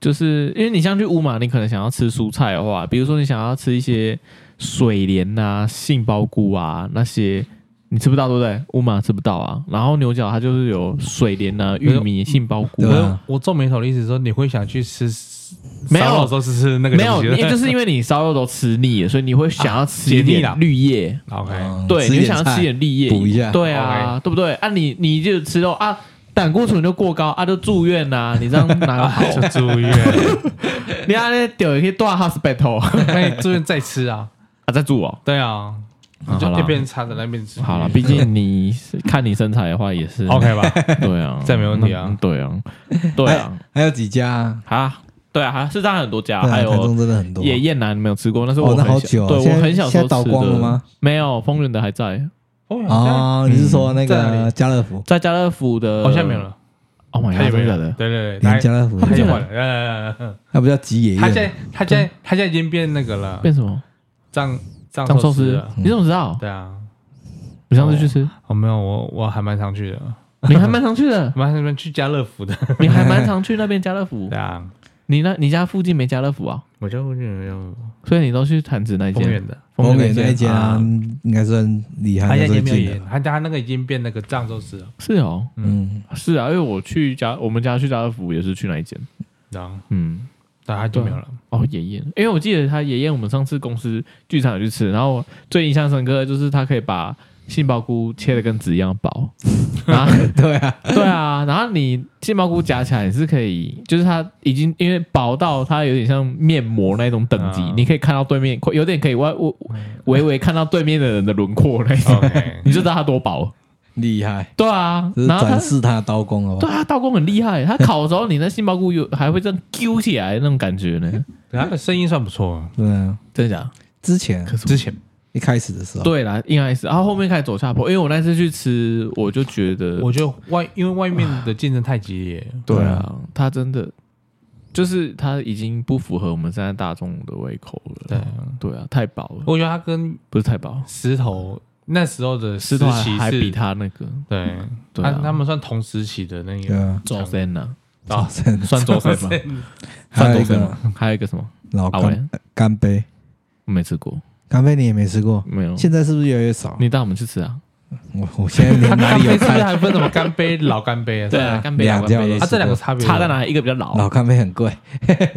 S2: 就是因为你像去乌马，你可能想要吃蔬菜的话，比如说你想要吃一些水莲啊、杏鲍菇啊那些。你吃不到对不对？乌马吃不到啊，然后牛角它就是有水莲啊、玉米、杏鲍菇
S3: 对
S2: 啊，
S1: 我我皱眉头的意思是说，你会想去吃
S2: 没有
S1: 烧肉的时候吃吃那个
S2: 没有，
S1: 东西
S2: 因为就是因为你烧肉都吃腻了，所以你会想要吃
S1: 解
S2: 一
S1: 腻
S2: 点
S1: 啦
S2: 绿叶，
S1: OK，
S3: 嗯
S2: 对，
S3: 吃
S2: 你
S3: 一
S2: 就
S3: 点
S2: 想要吃
S3: 菜
S2: 一点绿叶
S3: 补一下
S2: 对啊，对不对？啊你，你就吃肉啊，胆固醇就过高啊，就住院呐、你这样哪 个好？
S1: 就住院，
S2: 你看那丢一些大 hospital 啊，
S1: 那住院再吃啊，
S2: 在住哦。
S1: 对啊，
S2: 啊
S1: 你就
S2: 好啦
S1: 一边插着那边吃，
S2: 好了，毕竟你是看你身材的话也是
S1: OK 吧？
S2: 对啊，
S1: 这没问题啊哎
S2: 嗯对啊，对啊，
S3: 还有几家啊？
S2: 啊，对啊，是这样很多家，
S3: 对啊
S2: 还
S3: 台
S2: 有
S3: 中真的很多。
S2: 野燕啊南没有吃过，那是
S3: 哦
S2: 我
S3: 那
S2: 很
S3: 好
S2: 小
S3: 久哦
S2: 对
S3: 现
S2: 我
S3: 在
S2: 很小时候
S3: 现在倒
S2: 吃
S3: 光了
S2: 的
S3: 吗？
S2: 没有，丰原的还在，
S1: 哦，好
S3: 哦，你是说那
S1: 在哪
S3: 个
S1: 里
S3: 家乐福？
S2: 在家乐福的，
S1: 像哦没有。了，
S2: Oh my
S1: 他
S2: god，
S1: 有没有
S2: 真的假
S1: 了
S2: 的？
S1: 对对对，
S3: 连
S1: 他
S3: 家乐福
S1: 他
S3: 也
S1: 也
S3: 有，
S1: 换了嗯，嗯嗯
S3: 那不叫吉野
S1: 嗯他现
S3: 宴
S1: 在他现在他现在已经变那个了，
S2: 变什么？
S1: 藏藏
S2: 藏寿
S1: 寿
S2: 司
S1: 了？
S2: 你怎么知道？
S1: 对啊，
S2: 我上次 去吃，
S1: 哦没有，我我还蛮常去的，
S2: 你还蛮常去的，
S1: 我蛮常去家乐福的，
S2: 你还蛮常去那边家乐福
S1: 对。啊，
S2: 你那你家附近没家乐福啊？
S1: 我就没有
S2: 所以你都去潭子那一
S1: 丰
S2: 间
S1: 原的，
S3: 丰
S2: 原
S3: 原那一间啊
S1: 啊，
S3: 应该算厉害
S1: 他
S3: 的
S1: 现在已
S3: 最
S1: 经没有
S3: 近的。
S1: 演，他他那个已经变那个藏寿司了，
S2: 是哦，
S3: 嗯，
S2: 是啊，因为我去家我们家去家乐福也是去那一间，
S1: 然后
S2: 嗯，
S1: 但他就没有了。
S2: 哦爷爷，因为我记得他爷爷，我们上次公司剧场有去吃，然后我最印象深刻的就是他可以把杏鲍菇切的跟纸一样 薄，然后
S3: 对啊，
S2: 对啊，然后你杏鲍菇夹起来也是可以，就是它已经因为薄到它有点像面膜那种等级，
S1: 嗯
S2: 你可以看到对面，有点可以微微微微看到对面的人的轮廓那种，
S1: OK，
S2: 你就知道它多薄。
S3: 厉害，
S2: 对啊，
S3: 这是
S2: 然后它
S3: 展示他的刀工了
S2: 对
S3: 吧？
S2: 啊，刀工很厉害，它烤的时候你那杏鲍菇有还会这样揪起来那种感觉呢，
S1: 他的声音算不错，
S3: 对啊，
S2: 真的假的？
S3: 之前
S2: 可是
S1: 之前
S3: 一开始的时候，
S2: 对啦，应该是，然后后面开始走下坡，因为我那次去吃，我就觉得
S1: 我觉得外因为外面的竞争太激烈，
S2: 对啊，它真的就是它已经不符合我们现在大众的胃口了。
S1: 对
S2: 对啊，太饱了，
S1: 我觉得他跟
S2: 不是太饱，
S1: 石头那时候的时
S2: 石头
S1: 期
S2: 还比
S1: 是，
S2: 它那个
S1: 对，
S2: 对
S1: 他
S2: 啊，
S1: 他们算同时期的那
S3: 对
S1: 个
S3: 啊，
S2: 周深呢，
S1: 啊，
S3: 真的
S2: 算周深吗？
S3: 还
S2: 算
S3: 有
S2: 周
S3: 一
S2: 深
S3: 个
S2: 吗？还有一个什么？
S3: 老
S2: 阿
S3: 干
S2: 文
S3: 干杯，
S2: 没吃过，
S3: 干杯你也没吃过，
S2: 没有。
S3: 现在是不是越来越少？
S2: 你带我们去吃啊？
S3: 我我现在
S1: 它
S3: 连哪
S1: 干
S3: 里有
S1: 杯是不是
S3: 看
S1: 还分什么干杯、老干杯啊？
S2: 对啊，干杯
S3: 两
S2: 老干
S3: 叫
S2: 杯
S3: 做
S1: 啊，这两个差别
S2: 差在哪？一个比较老，
S3: 老咖啡很贵，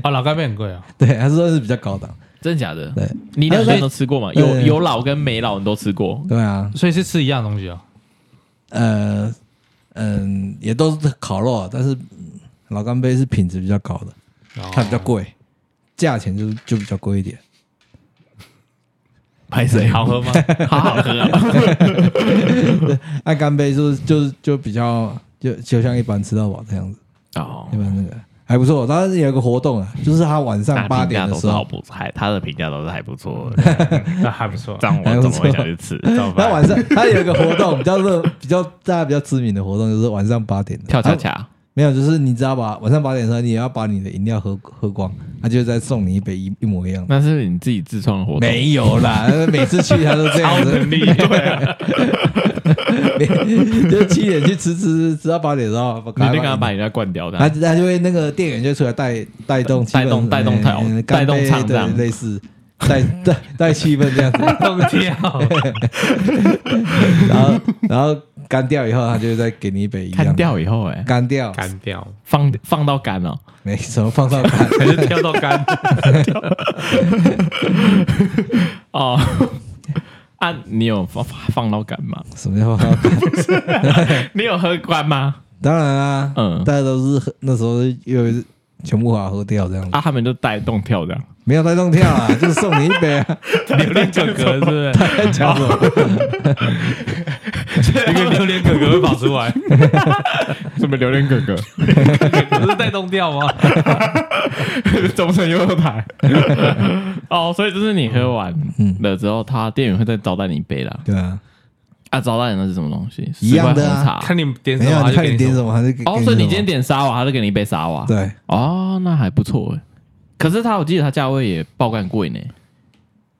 S1: 哦，老干杯很贵哦。
S3: 对，他说是比较高档，
S2: 真的假的？
S3: 对
S2: 你两个都吃过吗？有
S3: 对
S2: 有老跟没老你都吃过，
S3: 对啊，
S1: 所以是吃一样东西哦。
S3: 呃嗯，也都是烤肉，但是嗯老干杯是品质比较高的，
S1: 哦
S3: 它比较贵，价钱就就比较贵一点。
S2: 拍谁好 喝吗？好好喝啊，
S3: 爱干杯就是就是就比较就就像一般吃到饱这样子，
S2: 哦
S3: 一，般那个还不错。当时有个活动啊，就是他晚上八
S2: 那评价
S3: 点的
S2: 都
S3: 时
S2: 是好
S3: 候，
S2: 不还他的评价都是还不错 的，
S1: 那还不错
S2: 这。样我
S3: 还不
S2: 怎么
S3: 错
S2: 会想去 吃？
S1: 怎么
S3: 他
S1: 办
S3: 晚上他有一个活动比较热，比较大家比较知名的活动就是晚上八点的
S2: 跳恰
S3: 他
S2: 恰，
S3: 没有，就是你只要把晚上八点的时候，你也要把你的饮料喝喝光，他就再送你一杯一一模一样的。
S4: 那是你自己自创的活动，
S3: 没有啦，每次去他都这样子，
S1: 力对啊，
S3: 就七点去吃吃吃，吃到八点然后
S2: 你就跟他把人家灌掉的
S3: 他。他就会那个店员就出来带带动气氛
S2: 带动带动跳
S3: 嗯
S2: 带动
S3: 干杯
S2: 唱这样
S3: 对类似带带带气氛这样子，
S1: 动跳。
S3: 然后然后干掉以后，他就再给你一杯一样的
S4: 看掉以后哎、
S3: 干掉，
S1: 干掉，
S2: 放放到干哦，
S3: 没什么放上干，
S1: 还是跳到干？
S2: 哦， 啊，你有放放到干吗？
S3: 什么叫放上干？
S2: 你有喝干吗？
S3: 当然啊，
S2: 嗯
S3: 大家都是喝那时候又是全部把它喝掉这样子，
S2: 啊，他们就带动跳这 样，
S3: 没有带动跳啊，就是送你一杯啊，
S1: 榴莲哥哥是 不是？
S3: 在讲什么？
S1: 一个榴莲哥哥会跑出来，
S2: 什么榴莲哥 哥，
S1: 不是带动掉吗？
S2: 中诚优乐台。 哦，所以就是你喝完
S3: 嗯
S2: 了之后，他店员会再招待你一杯啦。
S3: 对啊，
S2: 啊，招待你的是什么东西？
S3: 一样的啊
S2: 十块红茶。
S1: 看你点
S3: 没
S1: 什
S3: 有，
S1: 么，他
S3: 你
S1: 就
S3: 看
S1: 给
S3: 你点
S1: 什
S3: 什
S1: 么。
S3: 么，他就给
S2: 哦，所以你今天点沙瓦，他就给你一杯沙瓦。
S3: 对
S2: 哦，那还不错哎。可是他，我记得他价位也爆干贵呢。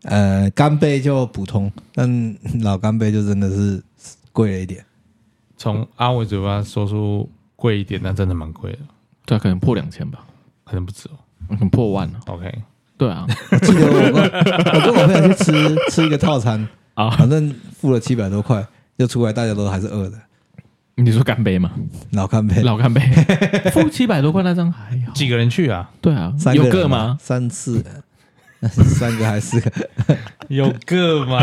S3: 呃干杯就普通，但老干杯就真的是贵了一点。
S1: 从阿伟嘴巴说出贵一点，那真的蛮贵的，
S2: 对啊，可能破两千吧，
S1: 可能不止哦。
S2: 可能破万了。
S1: OK，
S2: 对 啊，
S3: 记得我跟我跟我朋友去吃吃一个套餐
S2: 啊
S3: 反正付了七百多块，就出来大家都还是饿的，
S2: 你说干杯吗？
S3: 老干杯。
S2: 老干 杯，付七百多块那张还好。
S1: 几个人去啊？
S2: 对啊，
S3: 三
S2: 有
S3: 人
S2: 个
S3: 啊
S2: 吗？
S3: 三次，三个还是四个？
S1: 有个吗？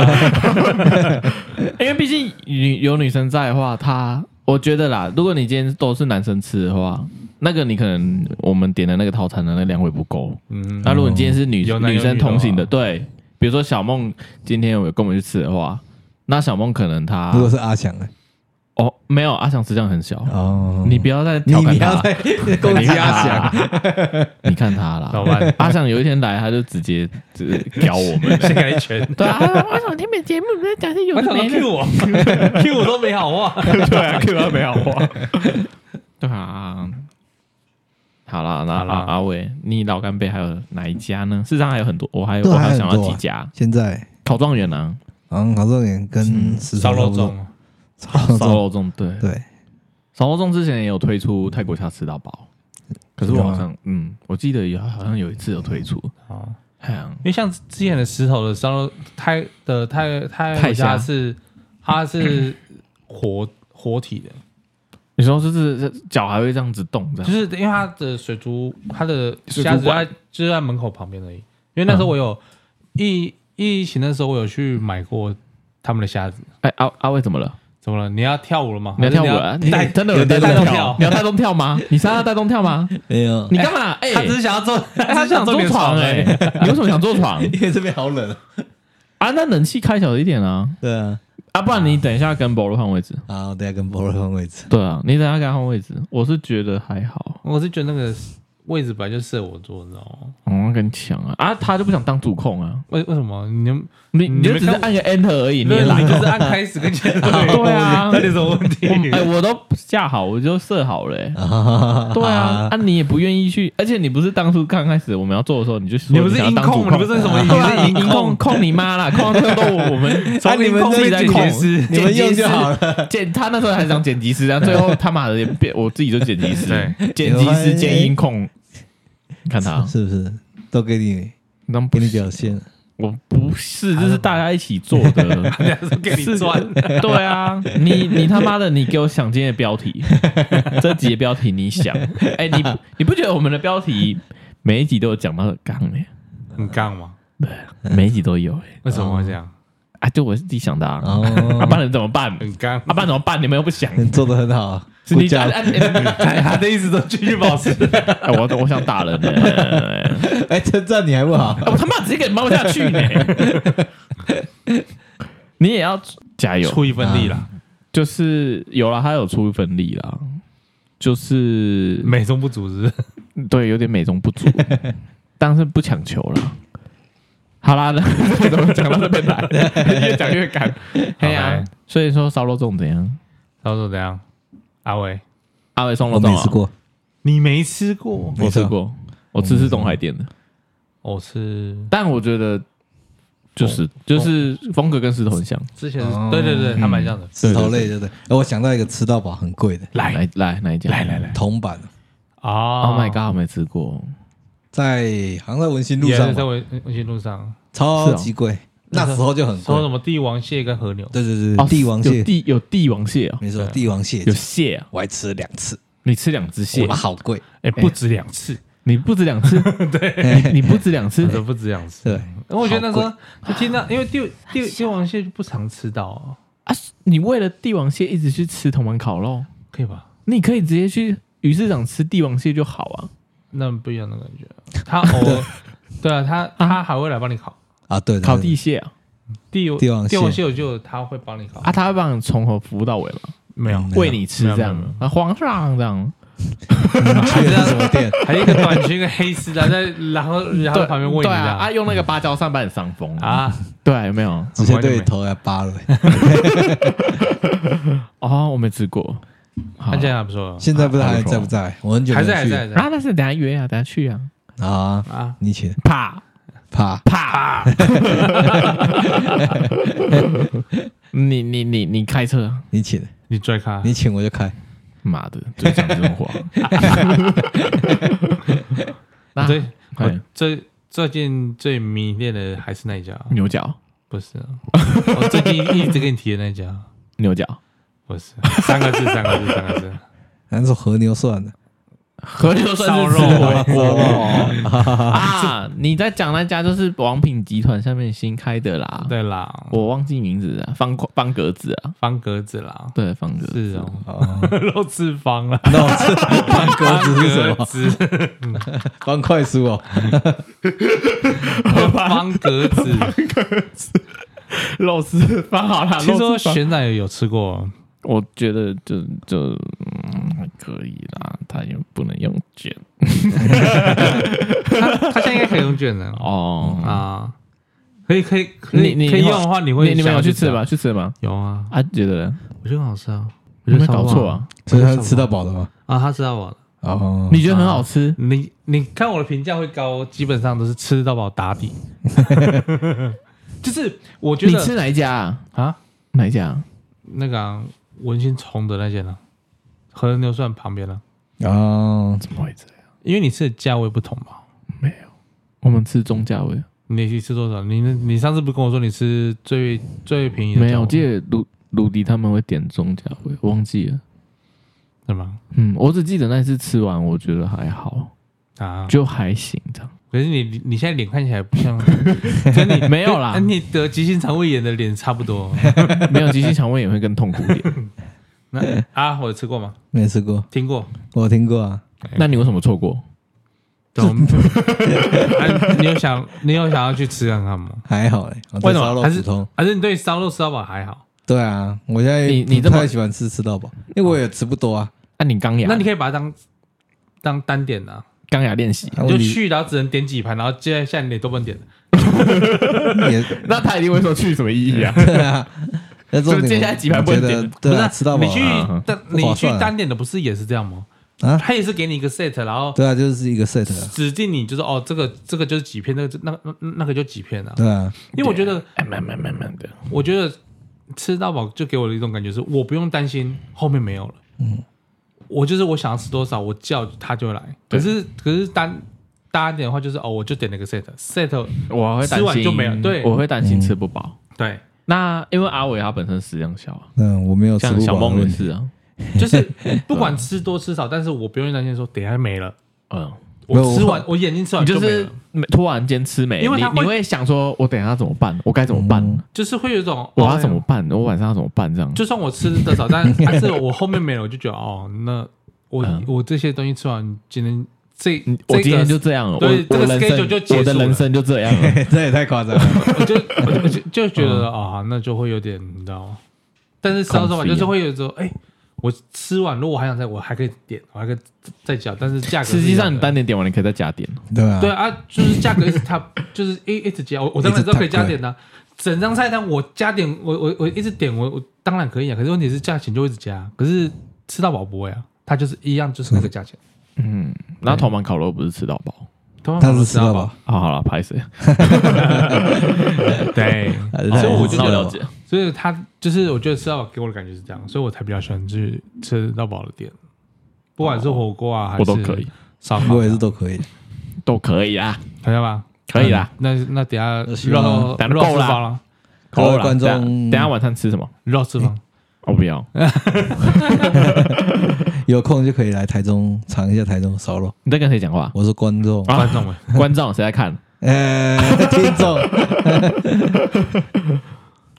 S2: 因为毕竟女有女生在的话，她我觉得啦，如果你今天都是男生吃的话，那个你可能我们点的那个套餐的那量会不够。
S1: 嗯，
S2: 那如果你今天是女
S1: 有男有
S2: 女生
S1: 女的
S2: 同行的，
S1: 话
S2: 对，比如说小梦今天有跟我们去吃的话，那小梦可能她
S3: 如果是阿强呢？
S2: 哦没有阿翔吃量很小，
S3: 哦，
S2: 你不要再
S3: 你
S2: 调
S3: 不
S2: 侃
S3: 要
S2: 他，
S3: 再攻击阿
S2: 啦
S3: 翔，，
S2: 你看他啦，
S1: 老板
S2: 阿翔有一天来，他就直接直接 屌我们。
S1: 先给他一拳。
S2: 对啊，阿翔听本节目不是讲是有
S1: 我想到 Q 我，Q 我都没好 话。
S2: 对啊，Q 他没好 话。对啊，好啦，那
S1: 好啦
S2: 阿阿伟，你老干杯还有哪一家呢？事实上还有很多，我还有
S3: 对
S2: 我还
S3: 还有
S2: 有想到
S3: 很多
S2: 几
S3: 啊
S2: 家
S3: 现在
S2: 考状元啊，
S3: 嗯，好重点跟石
S1: 烧肉
S3: 头
S1: 粽，
S3: 差不多，
S2: 烧
S3: 烧肉粽
S2: 肉粽对，
S3: 对，
S2: 烧肉粽之前也有推出泰国虾吃到饱，可是我好像嗯，我记得有好像有一次有推出，
S1: 哦
S2: 哎呀，
S1: 因为像之前的石头的烧肉，泰的泰泰
S2: 泰虾
S1: 虾是它是活活体的，
S2: 你说就是这脚还会这样子动这
S1: 就
S2: 样，
S1: 是因为它的水族，它的
S2: 水族
S1: 虾子
S2: 馆嗯
S1: 在就在门口旁边而已。因为那时候我有疫疫情的时候，我有去买过他们的虾子。
S2: 哎阿阿伟怎么了？
S1: 怎么了？你要跳舞了吗？
S2: 你要跳舞
S1: 还
S2: 了？
S1: 是
S2: 你
S1: 你带
S2: 真的有
S1: 有
S2: 带
S1: 带动
S2: 动跳
S1: 跳？
S2: 你要带动跳吗？你是要带动跳吗？
S3: 没有，
S2: 你干嘛？哎，
S1: 他只是想要坐，
S2: 他
S1: 他
S2: 想坐
S1: 你的
S2: 床哎、
S1: 哎。
S2: 你为什么想坐床
S3: 因为这边好冷，
S2: 啊？那冷气开小一点啊，
S3: 对啊，
S2: 啊，不然你等一下跟保罗换位置。
S3: 好，等一下跟波罗换位置，
S2: 对啊，你等一下跟他换位置，我是觉得还好。
S1: 我是觉得那个位置本来就适合我坐，你知道吗？
S2: 哦，跟你抢啊啊，他就不想当主控啊，
S1: 为为什么？你们你
S2: 你嗯你就
S1: 没
S2: 只是
S1: 看
S2: 按个 enter 而已，你
S1: 你
S2: 也懒。
S1: 就是按开始跟结束，
S2: 对啊
S1: 那有什么问题？
S2: 我哎，我都架好，我就设好了、欸。对
S3: 对
S2: 啊，啊，你也不愿意去，而且你不是当初刚开始我们要做的时候，你就说
S1: 你不是
S2: 想要
S1: 音
S2: 当主
S1: 控，你不是什么
S2: 对啊，
S1: 音
S2: 音控
S1: 控，
S2: 控你妈啦，控到最后都我们
S1: 从
S3: 你
S1: 音
S3: 们
S1: 控
S3: 这
S1: 自己在
S2: 剪
S1: 控
S2: 辑师
S3: 你
S2: 剪
S3: 们用
S2: 辑师
S3: 就好了。
S2: 剪他那时候还想剪辑师，然后最后他妈的也变，我自己就剪辑师，
S1: 对
S2: 剪辑师兼音控。你看他 啊
S3: 是不是？都给你
S2: 那
S3: 给
S2: 不
S3: 你
S2: 行，
S3: 表现了，
S2: 我不是，这是大家一起做的，
S1: 人家是给你赚，
S2: 是。 对啊，你你他妈的，你给我想今天的标题， 这集的标题你想？哎、你你不觉得我们的标题每一集都有讲到杠哎、
S1: 很杠吗？
S2: 每一集都有哎、
S1: 为什么会这样？
S2: 啊，就我自己想的啊，
S3: 哦，
S2: 啊不然怎么办？
S1: 很杠
S2: 啊，不然怎么办？你们又不想，
S3: 做的很好，
S2: 是
S3: 不
S2: 你啊，
S3: 加
S2: 啊
S1: 哎他的意思都继续保 持。
S2: 哎我我想打人呢、哎
S3: 哎，称赞你还不好，
S2: 我他妈直接给你猫下去呢、你也要加油，
S1: 出一份力了，
S2: 就是有了，他有出一份力啦，就是
S1: 美中不足是不 是
S2: 对，有点美中不 足，但是不强求了。好啦，那怎么讲到这边 来？越讲越赶。哎呀
S1: OK，
S2: 所以说烧肉粽怎样？
S1: 他说怎样？阿伟，
S2: 阿伟送肉
S3: 我
S2: 粽
S3: 没
S2: 啊
S3: 吃，过，
S1: 你没吃过？
S2: 我吃过，我吃是东海店的，
S1: 我吃
S2: 但我觉得就是就是风格跟石头很像。
S1: 之前
S3: 哦
S1: 是，对对对，他蛮像的。
S3: 石头类对不对？哎我想到一个吃到饱很贵的
S2: 来来来，哪一家？来来来
S3: 铜板，
S1: 哦
S2: ，Oh my god，我没吃过。
S3: 在好像在文心路
S1: 也
S3: 上
S1: 是在
S3: 吧，
S1: 文文心路上，
S3: 超级贵，那时候就很贵
S1: 说。什么帝王蟹跟和牛，
S3: 对对
S2: 哦
S3: 对，帝王
S2: 有
S3: 蟹，
S2: 帝有帝王蟹哦，
S3: 没错，帝王蟹
S2: 有蟹啊，
S3: 我还吃了两次，
S2: 你吃两只蟹
S3: 哇，，好贵。
S1: 哎，不止两次，
S2: 你不止两次， 对，你不止两次
S1: 真，的不止两次。
S3: 对，
S1: 因为我觉得那时候就听到，因为帝帝帝王蟹就不常吃到啊，
S2: 啊，你为了帝王蟹一直去吃铜板烤肉，
S1: 可以吧？
S2: 你可以直接去鱼市场吃帝王蟹就好啊。
S1: 那不一样的感觉。他偶尔，对啊，他他还会来帮你烤
S3: 啊，对，
S2: 烤
S3: 地
S2: 地蟹啊，
S1: 帝
S3: 帝王蟹
S1: 帝王蟹，我就他会帮你烤
S2: 啊，他会帮你从头服务到尾嘛，
S1: 没有
S3: 没有
S2: 喂你吃这
S1: 没有没有
S2: 样，啊，皇上这样，
S3: 去的是什么店？
S1: 还有一个短裙、一个黑丝的，在然后然后旁边喂你这
S2: 对啊，啊，
S1: 样
S2: 用那个芭蕉扇把你伤风啊，
S1: 啊，
S2: 对，有没有？
S3: 直接对头要扒了。
S2: 哦，我没吃过，好
S1: 看起来还不错，
S3: 现在不知道还在不在？我很久没
S1: 还
S3: 有去
S1: 在还在还在
S2: 啊，但是等一下约啊，等一下去啊，
S3: 好啊，
S1: 啊，
S3: 你请
S2: 啪
S3: 啪，
S2: 啪， 你你你你开车啊，
S3: 你请，
S1: 你拽开，
S3: 你请我就开。
S2: 妈的，就讲这 种话，
S1: 啊
S2: 那
S1: 对，
S2: 哎
S1: 我最最近最迷恋的还是那一家，
S2: 牛角
S1: 不是啊，我最近一直跟你提的那一家，
S2: 牛角。
S1: 不是三个字，三个字，三个字，
S3: 那是和牛算 了，
S2: 和牛算是
S1: 烧肉
S2: 吃 火 锅啊！你在讲那家就是王品集团下面新开的啦，
S1: 对啦，
S2: 我忘记名字了，方方格子啊，
S1: 方格子啦，
S2: 对，方格子
S1: 是哦，
S3: 啊
S1: 肉翅方啦，
S3: 那我吃方格子是什么？
S1: 子，
S3: 方块酥哦，
S1: 方格子。
S2: 肉丝方好啦，
S1: 听
S2: 肉
S1: 说
S2: 丝方
S1: 玄奶有吃过，
S2: 我觉得就就嗯还可以啦，他也不能用卷
S1: 他现在应该可以用卷的
S2: 哦。
S1: 啊，可以可以可
S2: 你
S1: 以
S2: 你
S1: 可以用的话，你会
S2: 你你
S1: 想
S2: 们有
S1: 要
S2: 去吃
S1: 啊
S2: 吧？？去吃吧？
S1: 有啊，
S2: 啊，觉得呢
S1: 我觉得很好吃啊，我
S2: 有
S1: 觉
S2: 没
S1: 得
S2: 有搞错啊？
S3: 所以他是吃到饱的吗？
S1: 超棒啊！他知道我了，
S3: 哦，
S2: 你觉得很好吃？
S1: 你你看我的评价会高，基本上都是吃到饱打底，就是我觉
S2: 你
S1: 得
S2: 吃哪一家啊？
S1: 啊
S2: 哪一家啊？
S1: 那个啊文心虫的那些呢，和牛涮旁边了，啊
S3: 哦，
S2: 怎么会这样？
S1: 因为你吃的价位不同嘛。
S2: 没有，我们吃中价位。
S1: 你你吃多少？你你上次不是跟我说你吃最最便宜的价位吗？
S2: 没有，我记得鲁鲁迪他们会点中价位，我忘记了。
S1: 对吗？
S2: 嗯，我只记得那次吃完，我觉得还好，
S1: 啊，
S2: 就还行这样。
S1: 可是你你现在脸看起来不 像，跟你
S2: 没有啦
S1: 跟哎你得急性肠胃炎的脸差不 多。
S2: 没有急性肠胃炎会更痛苦 一点。
S1: 那啊，我有吃过吗？
S3: 没吃过，
S1: 听过？
S3: 我听过啊。
S2: 那你为什么错过？
S1: 懂？ 啊、你有想你有想要去吃看看吗？
S3: 还好嘞，我
S1: 为
S3: 对
S1: 什
S3: 烧
S1: 么？
S3: 肉
S1: 还
S3: 普
S1: 是
S3: 通。
S1: 还是你对烧肉吃到饱还好？
S3: 对啊，我现在
S2: 你你
S3: 不
S2: 这么哦
S3: 太喜欢吃吃到饱，因为我也吃不多啊。
S2: 那、你钢牙，
S1: 那你可以把它当当单点啊，
S2: 钢牙练习。
S3: 啊
S1: 你就
S3: 我
S1: 去然后只能点几盘，然后接下来你都不能点了。
S3: 也
S2: 那他一定会说去什么意 义啊？
S3: 对啊，那重
S2: 所以接
S3: 点
S2: 下来几盘
S3: 我觉
S2: 不能
S3: 得
S2: 点
S3: 对
S1: 不是
S3: 啊，
S1: 啊
S3: 吃到饱
S1: 你去
S3: 啊
S2: 啊
S1: 单
S3: 不划
S1: 你去
S3: 算啊
S1: 单点的不是也是这样吗？
S3: 啊，
S1: 他也是给你一个 set，然后
S3: 对啊，就是一个 set 啊，
S1: 指定你就是哦，这个这个就是几片，那个就那那那个就几片啊。
S3: 对啊，
S1: 因为我觉得
S2: 哎，慢慢慢慢的，
S1: 我觉得吃到饱就给我的一种感觉是，我不用担心后面没有了。嗯，我就是我想要吃多少，我叫他就来。可是可是单大一点的话，就是哦，我就点了个 set set，
S2: 我会担
S1: 吃完
S2: 心
S1: 就没了对
S2: 我会担心吃不饱。
S1: 对，
S2: 那因为阿伟他本身食量小啊，
S3: 嗯，我没有吃
S2: 像
S3: 不
S2: 小
S3: 饱的
S2: 梦
S3: 问
S2: 也
S3: 题。
S2: 是啊，
S1: 就是不管吃多吃少，但是我不用担心说等一下没了，
S2: 嗯，
S3: 没有
S1: 我吃完我眼睛吃
S2: 你
S1: 完
S2: 就
S1: 啊没
S2: 是
S1: 了，
S2: 没突然间吃没，
S1: 因为
S2: 你
S1: 他会
S2: 你会想说，我等一下怎么办？我该怎么办？
S3: 嗯
S1: 就是会有一种
S2: 我
S1: 哦
S2: 要怎么办？我晚上要怎么办？这样
S1: 就算我吃的少， 但但是我后面没了，我就觉得哦，那我、
S2: 嗯
S1: 我这些东西吃完，今天这
S2: 嗯
S1: 这
S2: 我
S1: 个
S2: 今天就这样了，我
S1: 对这个
S2: 我人
S1: schedule 就结
S2: 生
S1: 束
S2: 我的人
S1: 了
S2: 生就这样 了。
S3: 这也太夸张了。
S1: 我就我就我就 就觉得啊、哦，那就会有点你知道吗？但是吃到这碗
S2: 嗯空虚啊
S1: 就是会有一种哎、我吃完如果我还想再，我还可以点，我还可以再加，但是价格是
S2: 实际上
S1: 一样
S2: 你
S1: 的
S2: 单点点完，你可以再加点。哦
S3: 对啊，
S1: 对啊，就是价格一直它 就是一一直加，我我当然知道可以加点的、整张菜单我加点，我我我一直点，我我当然可以啊。可是问题是价钱就会一直加，可是吃到饱不会啊，它就是一样就是那个价钱。
S2: 嗯，然后头满烤肉不是吃到饱
S1: 通
S3: 他
S1: 常
S3: 是
S1: 都
S3: 吃
S1: 到
S3: 到
S1: 饱
S3: 饱，，
S2: 啊？好了，拍谁？
S1: 对，
S3: 还是
S1: 所以我
S3: 哎吃
S1: 就觉
S3: 到
S2: 哦
S1: 得
S2: 了
S3: 饱
S2: 解。
S1: 所以它就是我觉得吃到饱给我的感觉是这样，所以我才比较喜欢去吃到饱的店，不管是火锅啊还是
S2: 我都可以，
S1: 烧烤啊，
S3: 我也是都可以。
S2: 都可以啊，
S1: 可以吧？嗯
S2: 可以啦。
S1: 那那等下
S3: 希望
S1: 肉
S2: 等下
S1: 肉
S2: 够
S1: 吃
S2: 啦
S1: 方了，
S3: 各位
S2: 够了
S3: 观众
S2: 等下等下晚上吃什么？
S1: 肉吃方。
S2: 我不
S1: 哎
S2: 要，
S3: 有空就可以来台中尝一下台中烧肉。
S2: 你在跟谁讲话？
S3: 我是观众，
S2: 啊
S1: 观众们，
S2: 观众谁在看？
S3: 呃，听众，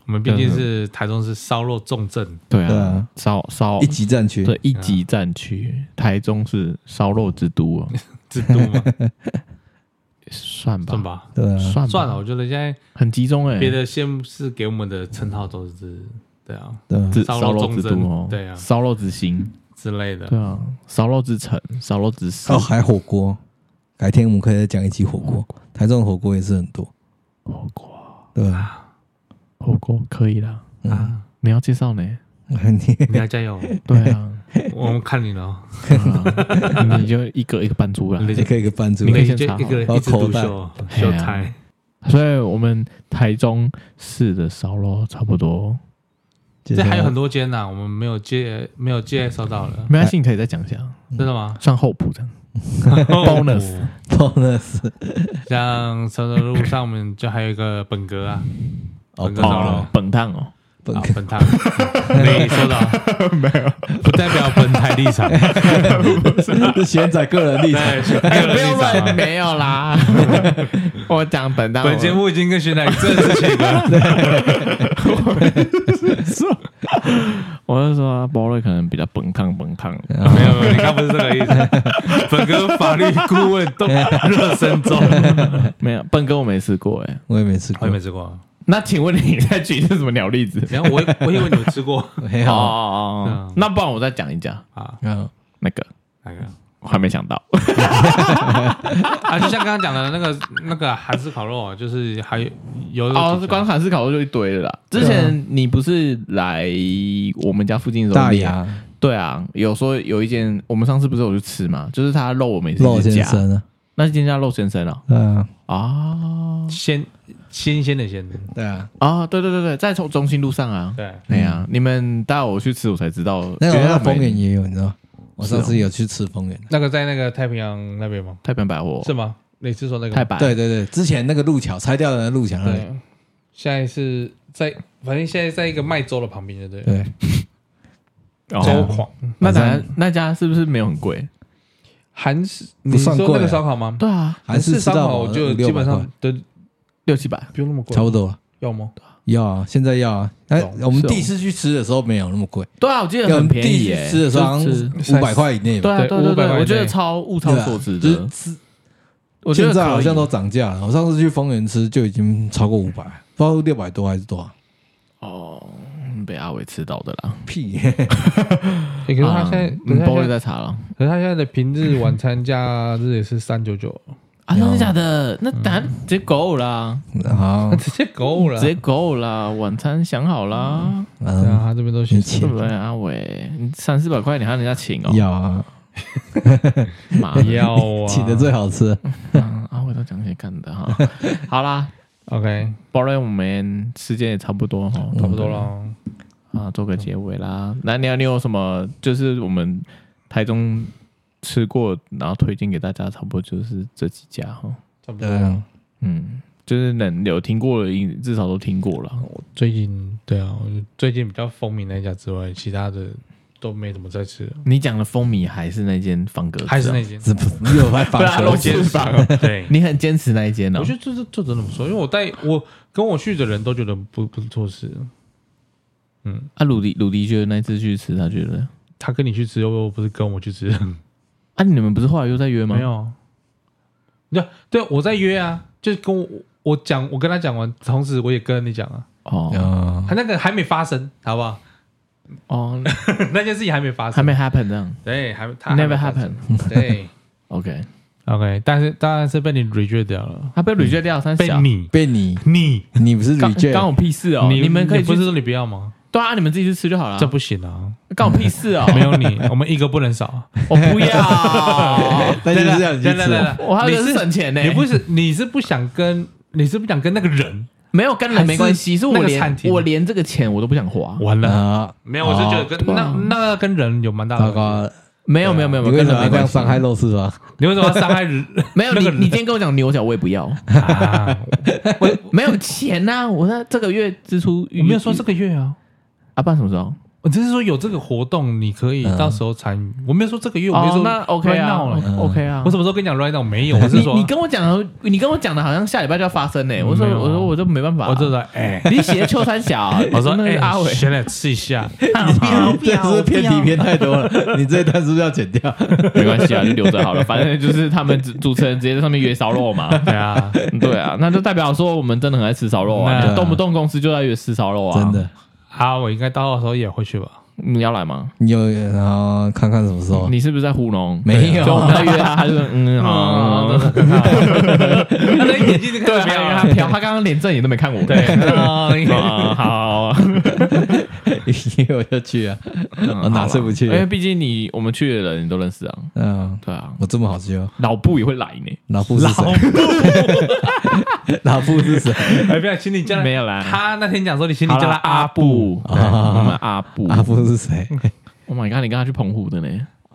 S1: 我们毕竟是台中是烧肉重镇，
S2: 对
S3: 对
S2: 啊
S3: 啊，
S2: 烧烧
S3: 一级战区，
S2: 对一级战区，台中是烧肉之 都啊，
S1: 之都 嘛，
S2: 算吧
S1: 算，吧，
S3: 对啊，
S2: 算吧
S1: 算了，，我觉得现在
S2: 很集中哎。
S1: 别的县市给我们的称号都是对啊
S3: 对啊，
S2: 之
S1: 烧肉
S2: 烧肉
S1: 重
S2: 之都
S1: 镇
S2: 哦，
S1: 对啊
S2: 烧肉之星，
S1: 之类的
S2: 对，啊，烧肉之城，烧肉之市
S3: 哦，，还火锅，改天我们可以再讲一期火锅。台中的火锅也是很多，
S2: 火锅
S3: 对啊吧？
S2: 火锅可以啦，
S3: 嗯，
S1: 啊，
S2: 你要介绍呢？
S3: 你
S1: 你要加油，
S2: 对啊，
S1: 我们看你了哦，
S2: 啊你就一个一个搬出来
S1: 你。
S3: 你可以给搬出
S1: 你可
S3: 来，
S1: 以就一个人一直独秀秀才，
S2: 所以我们台中市的烧肉差不多，
S3: 这
S1: 这还有很多间啊呐，我们没有介没有介绍到了，
S2: 没关系，你可以再讲一下，
S1: 真的吗
S2: 算后补的 bonus。
S3: bonus
S1: 像成德路上面就还有一个本格啊，
S3: 哦
S1: 本格烧肉
S2: 哦，。本烫哦，
S3: 本
S1: 啊
S3: 科，
S1: 本台嗯没说到，没有，不代表本台立场。
S3: 是贤仔个人立场，
S1: 对，
S2: 哎，
S1: 不
S2: 不
S1: 要
S2: 用
S1: 乱
S2: 问，。没有啦。我讲本档，
S1: 啊本节目已经跟徐乃正式切割了。
S2: 我我是说，啊包瑞可能比较本烫本烫，
S1: 没有没有，你刚不是这个意思。 本哥法律顾问都热身中，
S2: 没有本哥我没吃过哎。
S3: 我也没吃过，
S1: 吃过。
S2: 那请问你在举是什么鸟例子？
S1: 然后我以我以为你们吃过
S3: 没
S2: 哦
S3: 有
S2: 哦
S1: 对
S2: 哦
S1: 啊，
S2: 那不然我再讲一家
S1: 啊，
S3: 啊，
S2: 那个，
S1: 那个
S2: 我还没想到。
S1: 啊，就像刚刚讲的那个那个韩式烤肉，啊就是还有有
S2: 哦，是光韩式烤肉就一堆了啦。之前你不是来我们家附近的时候，
S3: 大
S2: 你
S3: 牙
S2: 对啊，有说有一间，我们上次不是有去吃嘛，就是他肉我每次
S3: 肉先
S2: 夹，
S3: 生啊，
S2: 那间叫肉先生了
S3: 对啊，哦
S2: 啊
S1: 鲜新鲜的鲜，
S3: 对啊，
S2: 啊，对对对对，在从中心路上啊，
S1: 对，
S2: 对呀、啊，你们带我去吃我才知道，
S3: 嗯那
S2: 原
S3: 个
S2: 来
S3: 那
S2: 没
S3: 丰原也有，你知道吗？我上次有去吃丰原，
S1: 那个在那个太平洋那边吗？
S2: 太平百货
S1: 是吗？你是说那个吗
S2: 太白
S3: 对对对，之前那个路桥拆掉的那路桥那里，
S1: 对，现在是在，反正现在在一个卖粥的旁边，就对了，
S3: 对，
S1: 粥
S2: 哦，
S1: 狂
S2: 那家那家是不是没有很贵？
S1: 韩式，
S3: 不
S1: 你
S3: 算
S1: 说
S3: 贵啊
S1: 那个烧烤吗？
S2: 对啊，
S3: 韩式
S1: 烧
S3: 吃
S1: 烤
S3: 到饱
S1: 我就
S3: 五六
S1: 基本
S3: 百
S1: 上
S3: 块
S1: 都
S2: 六七百
S1: 不用那么贵，
S3: 差不多了。
S1: 要吗？
S3: 要啊，现在要啊。哎
S1: 懂，
S3: 我们
S2: 是哦
S3: 第一次去吃的时候没有那么贵，
S2: 对啊，我记得
S3: 我
S2: 很
S3: 们
S2: 便
S3: 第
S2: 宜
S3: 一
S2: 耶、
S3: 次吃的时候
S2: 就吃
S3: 五百块以内
S2: 对
S3: 吧。
S2: 啊，对对
S1: 对500
S2: 对，
S1: 块
S2: 我觉得超物超
S3: 对啊
S2: 所值
S3: 就
S2: 的
S3: 是。吃，
S2: 我觉得
S3: 现在
S2: 可
S3: 好
S2: 以
S3: 像都涨价了。我上次去丰原吃就已经超过五百，不知道六百多还是多少。
S2: 哦，嗯被阿伟吃到的啦。
S3: 屁，
S1: 欸可是他
S3: 啊
S1: 现在，可
S2: 嗯
S1: 是他
S2: 包瑞
S1: 现在，
S2: 在查了
S1: 可是他现在的平日晚餐假日也是三九九，
S3: 嗯
S2: 啊，真的假的？那
S1: 嗯
S2: 当然直接够啦，
S3: 好
S1: 那，直接够了啊
S2: 直。接够啦，晚餐想好啦，
S1: 对啊，
S3: 嗯，
S1: 他这边都写
S3: 嗯
S2: 对不对？阿伟，你三四百块你还让人家请哦，
S3: 要啊，
S2: 妈的
S1: 要啊，
S3: 请的最好吃。
S2: 啊阿伟都讲些干 的哈。好啦，
S1: OK，
S2: 包瑞，我们时间也差不多哈，
S1: 差不多了。
S2: 啊，做个结尾啦。那你要你有什么？就是我们台中吃过，然后推荐给大家，差不多就是这几家哈。
S1: 差不多。
S3: 对啊，
S2: 嗯，就是能有听过的，至少都听过了。
S1: 最近对啊，我最近比较风靡那家之外，其他的都没怎么在吃了，
S2: 你讲的风靡还是那间方格子啊，
S1: 还是那间。
S3: 是不你有 拍
S2: 不是啊
S3: 房
S2: 龙
S3: 球？
S2: 间房啊？
S1: 对，
S2: 你很坚持那一间哦
S1: 我。觉得这这这真的不错，因为我带我跟我去的人都觉得不不错吃。
S2: 啊，鲁迪鲁迪觉得那次去吃，他觉得
S1: 他跟你去吃，又不是跟我去吃，
S2: 啊，你们不是后来又在约吗？
S1: 没，有。对对，我在约啊，就是跟我我讲，我跟他讲完，同时我也跟你讲啊，
S2: 哦
S3: 啊，
S1: 他那个还没发生，好不好？
S2: 哦，
S1: 那件事情还没发生，
S2: 还没 happen 这样
S1: 对，还没他还没
S2: ，never
S1: 发生
S2: happen。
S1: 对
S2: OK，
S1: ，OK，但是当然是被你 reject 掉了，
S2: 他被 reject 掉三
S1: 被
S2: 小，
S1: 你
S3: 被你
S1: 你
S3: 你不是
S2: 干干
S3: reject，
S2: 我屁事哦！你们可以
S1: 不
S2: 去
S1: 是，说你不要吗？
S2: 对啊，你们自己去吃就好了
S1: 这。不行啊，
S2: 干我屁事哦！
S1: 没有你， 我们一个不能少。
S2: 我不 要，
S3: 那就是这样你去
S1: 来来
S3: 吃
S1: 来
S3: 啊。
S1: 来
S2: 我还
S1: 你
S2: 有是欸省钱呢。
S1: 你不是你是不想跟你是不想跟那个人？
S2: 没有跟
S1: 还
S2: 人
S1: 是
S2: 没关系，是我
S1: 那个餐
S2: 连
S1: 厅
S2: 我连这个钱我都不想花。
S1: 完了，
S3: 啊，
S1: 没有，我是觉
S2: 哦
S1: 得跟那那跟人有蛮大
S3: 糟
S1: 的
S3: 糕
S1: 关系。
S3: 了，
S2: 没有没有没有，
S3: 你
S2: 没有
S3: 为
S2: 跟
S3: 什
S2: 人
S3: 么
S2: 没
S3: 要这样
S2: 关系。
S3: 伤害肉丝啊？
S1: 你为什么要伤害人？
S2: 没有
S1: 那
S2: 你
S1: 个
S2: 你今天跟我讲牛角，我也不要。
S1: 啊？ 我
S2: 没有钱呐，我那这个月支出
S1: 我没有说这个月啊，
S2: 啊，办什么时候？
S1: 我只是说有这个活动，你可以到时候参与。我没有说这个月，我没
S2: 嗯哦
S1: 有，说
S2: 那 OK 啊
S1: right now 了
S2: 嗯，OK 啊
S1: 我。什么时候跟你讲 right now 没有？我是
S2: 你
S1: 说
S2: 你跟我讲的，你跟我讲的好像下礼拜就要发生呢。我说
S1: 没有啊
S2: 我说我就没办法。
S1: 我就说 哎，
S2: 你写的秋山小，啊
S1: 我说
S2: 那
S1: 哎
S2: 个阿伟，
S1: 先来吃一 下，
S3: 这是不是偏题偏太多了， 你这一段是不是要剪掉？
S2: 没关 系啊，就留着好了。反正就是他 们主主持人直接在上面约烧肉 嘛。
S1: 对啊，
S2: 对啊，那就代表说我们真的很爱吃烧肉啊，
S1: 那
S2: 你动不动公司就在约吃烧肉啊。
S3: 真，的，
S1: 啊，我应该到时候也会去 吧？
S2: 你要来吗？
S3: 你有然后看看什么时 候？啊
S2: 你是不是在糊弄？
S3: 哦没
S2: 就我
S3: 有
S2: 们，在约他，他就嗯 好，
S1: 啊，真的 他的眼睛就
S2: 对
S1: 看
S2: 啊，
S1: 不到
S2: 因为他
S1: 了
S2: 飘，他刚刚连正眼都没看我。
S1: 对，哦
S2: 啊， 好，
S3: 因为我就去啊，我哪次不去
S2: 因？为毕竟你我们去的人你都认识啊。
S3: 嗯，
S2: 对啊，
S3: 我这么好笑，
S2: 老布也会来呢。
S3: 老布是谁？ 老布是谁？
S1: 哎，不要，请你叫
S2: 没有啦
S1: 他那天讲说，你请你
S2: 好
S1: 叫
S2: 啦
S1: 他阿布，，
S2: 对我们阿布。
S3: 哦阿布是 谁？
S2: Oh my god！你跟他去澎湖的呢？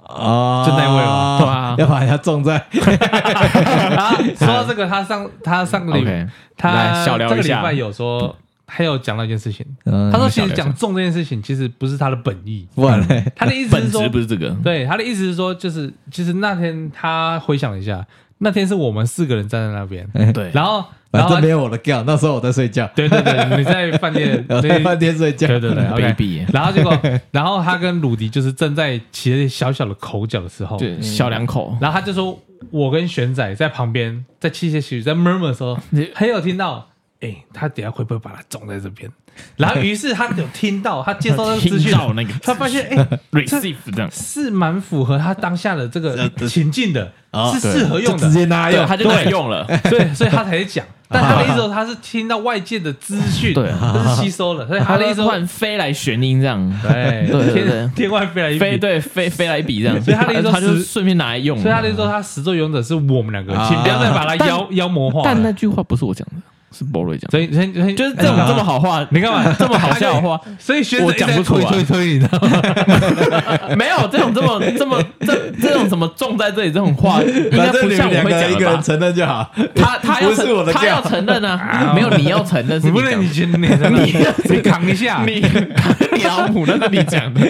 S3: 哦，
S1: 就那位嘛
S2: 对啊
S3: 要把人家种 在
S1: 啊，说到这个，他上他上个礼
S2: OK，
S1: 他
S2: 来小聊
S1: 这个
S2: 一
S1: 礼
S2: 下
S1: 拜有说，他有讲到一件事情，
S3: 嗯
S1: 他说其
S2: 小聊
S1: 实
S2: 一下
S1: 讲中这件事情，其实不是他的本意，
S3: 不然 嘞，
S1: 他的 意思
S2: 本
S1: 是说
S2: 质不，是这个。
S1: 对他的意思是说，就是其实那天他回想了一下，那天是我们四个人站在那边，
S2: 对，
S1: 然后然
S3: 反
S1: 后
S3: 正
S1: 他
S3: 没有我的 g a 那时候我在睡觉，
S1: 对对对，你在饭店
S3: 我在饭店睡觉
S1: 对。对对，OK
S2: Baby
S1: 然后结果，然后他跟鲁迪就是正在起了小小的口角的时候，
S2: 对，小两口。
S1: 然后他就说，我跟玄仔在旁边在窃窃私语，在 murmur 的时候
S2: 你，
S1: 很有听到，哎、他等一下会不会把他种在这边？然后于是他有听到，他接收到资讯
S2: 听，到那个
S1: 他发现哎、
S2: receive 这样，
S1: 是蛮符合他当下的这个情境的，
S3: 哦
S1: 是适合用
S3: 啊就
S1: 的，
S3: 直接拿
S2: 对，
S3: 用，
S2: 他就敢用了。
S1: 所以所以他才讲。但他的意思说他是听到外界的资讯，
S2: 对
S1: 他是吸收了，所以
S2: 他
S1: 他的
S2: 的
S1: 意
S2: 一
S1: 思说
S2: 换飞来玄音这样，
S1: 对
S2: 对对对
S1: 哎天天外飞来一笔
S2: 飞，对飞飞来比这样，
S1: 所以他的意思说
S2: 他就是顺便拿来用了。
S1: 所以他就说他始作俑者是我们两个，
S3: 啊
S1: 请不要再把他
S2: 但
S1: 妖妖魔化了。
S2: 但那句话不是我讲的，是 Bory 讲的。
S1: 所以所以所以
S2: 就是 这种
S1: 哎
S2: 这么好话，
S1: 你干嘛
S2: 这么好笑的 话？
S1: 所以学者
S2: 我
S1: 一直在
S2: 讲不出
S1: 推
S2: 来
S1: 推推，你知道吗？
S2: 没有这种这么这么这这种什么种在这里这种话，应该
S3: 反
S2: 不
S3: 正你
S2: 像
S3: 们
S2: 我会
S3: 两个
S2: 讲
S3: 一
S2: 的
S3: 个人
S2: 吧？
S3: 承认就好。
S2: 他他要
S3: 不是我的
S2: 承他要
S3: g
S2: 承认 啊，没有你要承认是
S1: 你不
S2: 你讲
S1: 能
S2: 的
S1: 你觉得你在那里 你扛一下，
S2: 你你老母那是你 讲的。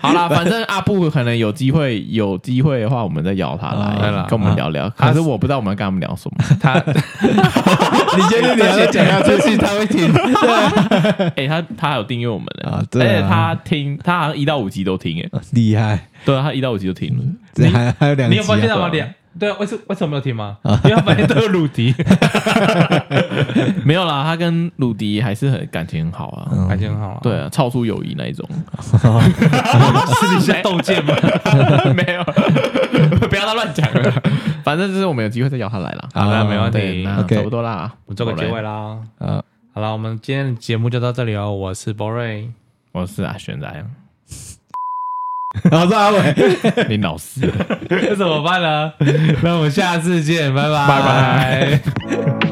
S2: 好啦，反正阿布可能有机会，有机会的话，我们再邀他
S3: 啊
S1: 来
S2: 来
S1: 啦
S2: 跟我们聊聊。可是我不知道我们要跟他们聊什么。
S1: 他
S3: 你确定你要再讲下去？
S1: 去他会听，
S2: 哎，他他还有订阅我们的
S3: 啊
S2: 而
S3: 对啊
S2: 且他听，他好像一到五集都听，哎，
S3: 厉害，
S2: 对啊，他一到五集都听了。
S3: 这还还有两
S1: 你
S3: 集
S1: 有发现到
S3: 啊
S1: 吗？两对啊，为什为什么没有听吗？
S2: 啊
S1: 因为他发现都有鲁 迪，
S2: 没有啦，他跟鲁迪还是很感情很好啊。
S1: 感情很好啊。
S2: 对啊，超出友谊那一种，
S1: 私底下斗 剑吗？
S2: 没 有，不要再乱讲了。 反正就是我们有机会再邀他来啦。
S1: 好啦，没问
S2: 啊对，
S1: 题，
S2: 那
S3: OK
S2: 差不多啦，
S1: 我们做个结尾
S2: 了。
S1: 啦。
S3: 啊，
S1: 好了，我们今天的节目就到这里哦。我是 Boray，
S2: 我是阿玄仔，啊
S3: 我是哦阿伟。
S2: 你老师。
S1: 这怎么办呢？那我们下次见，拜拜，
S2: 拜
S1: 拜。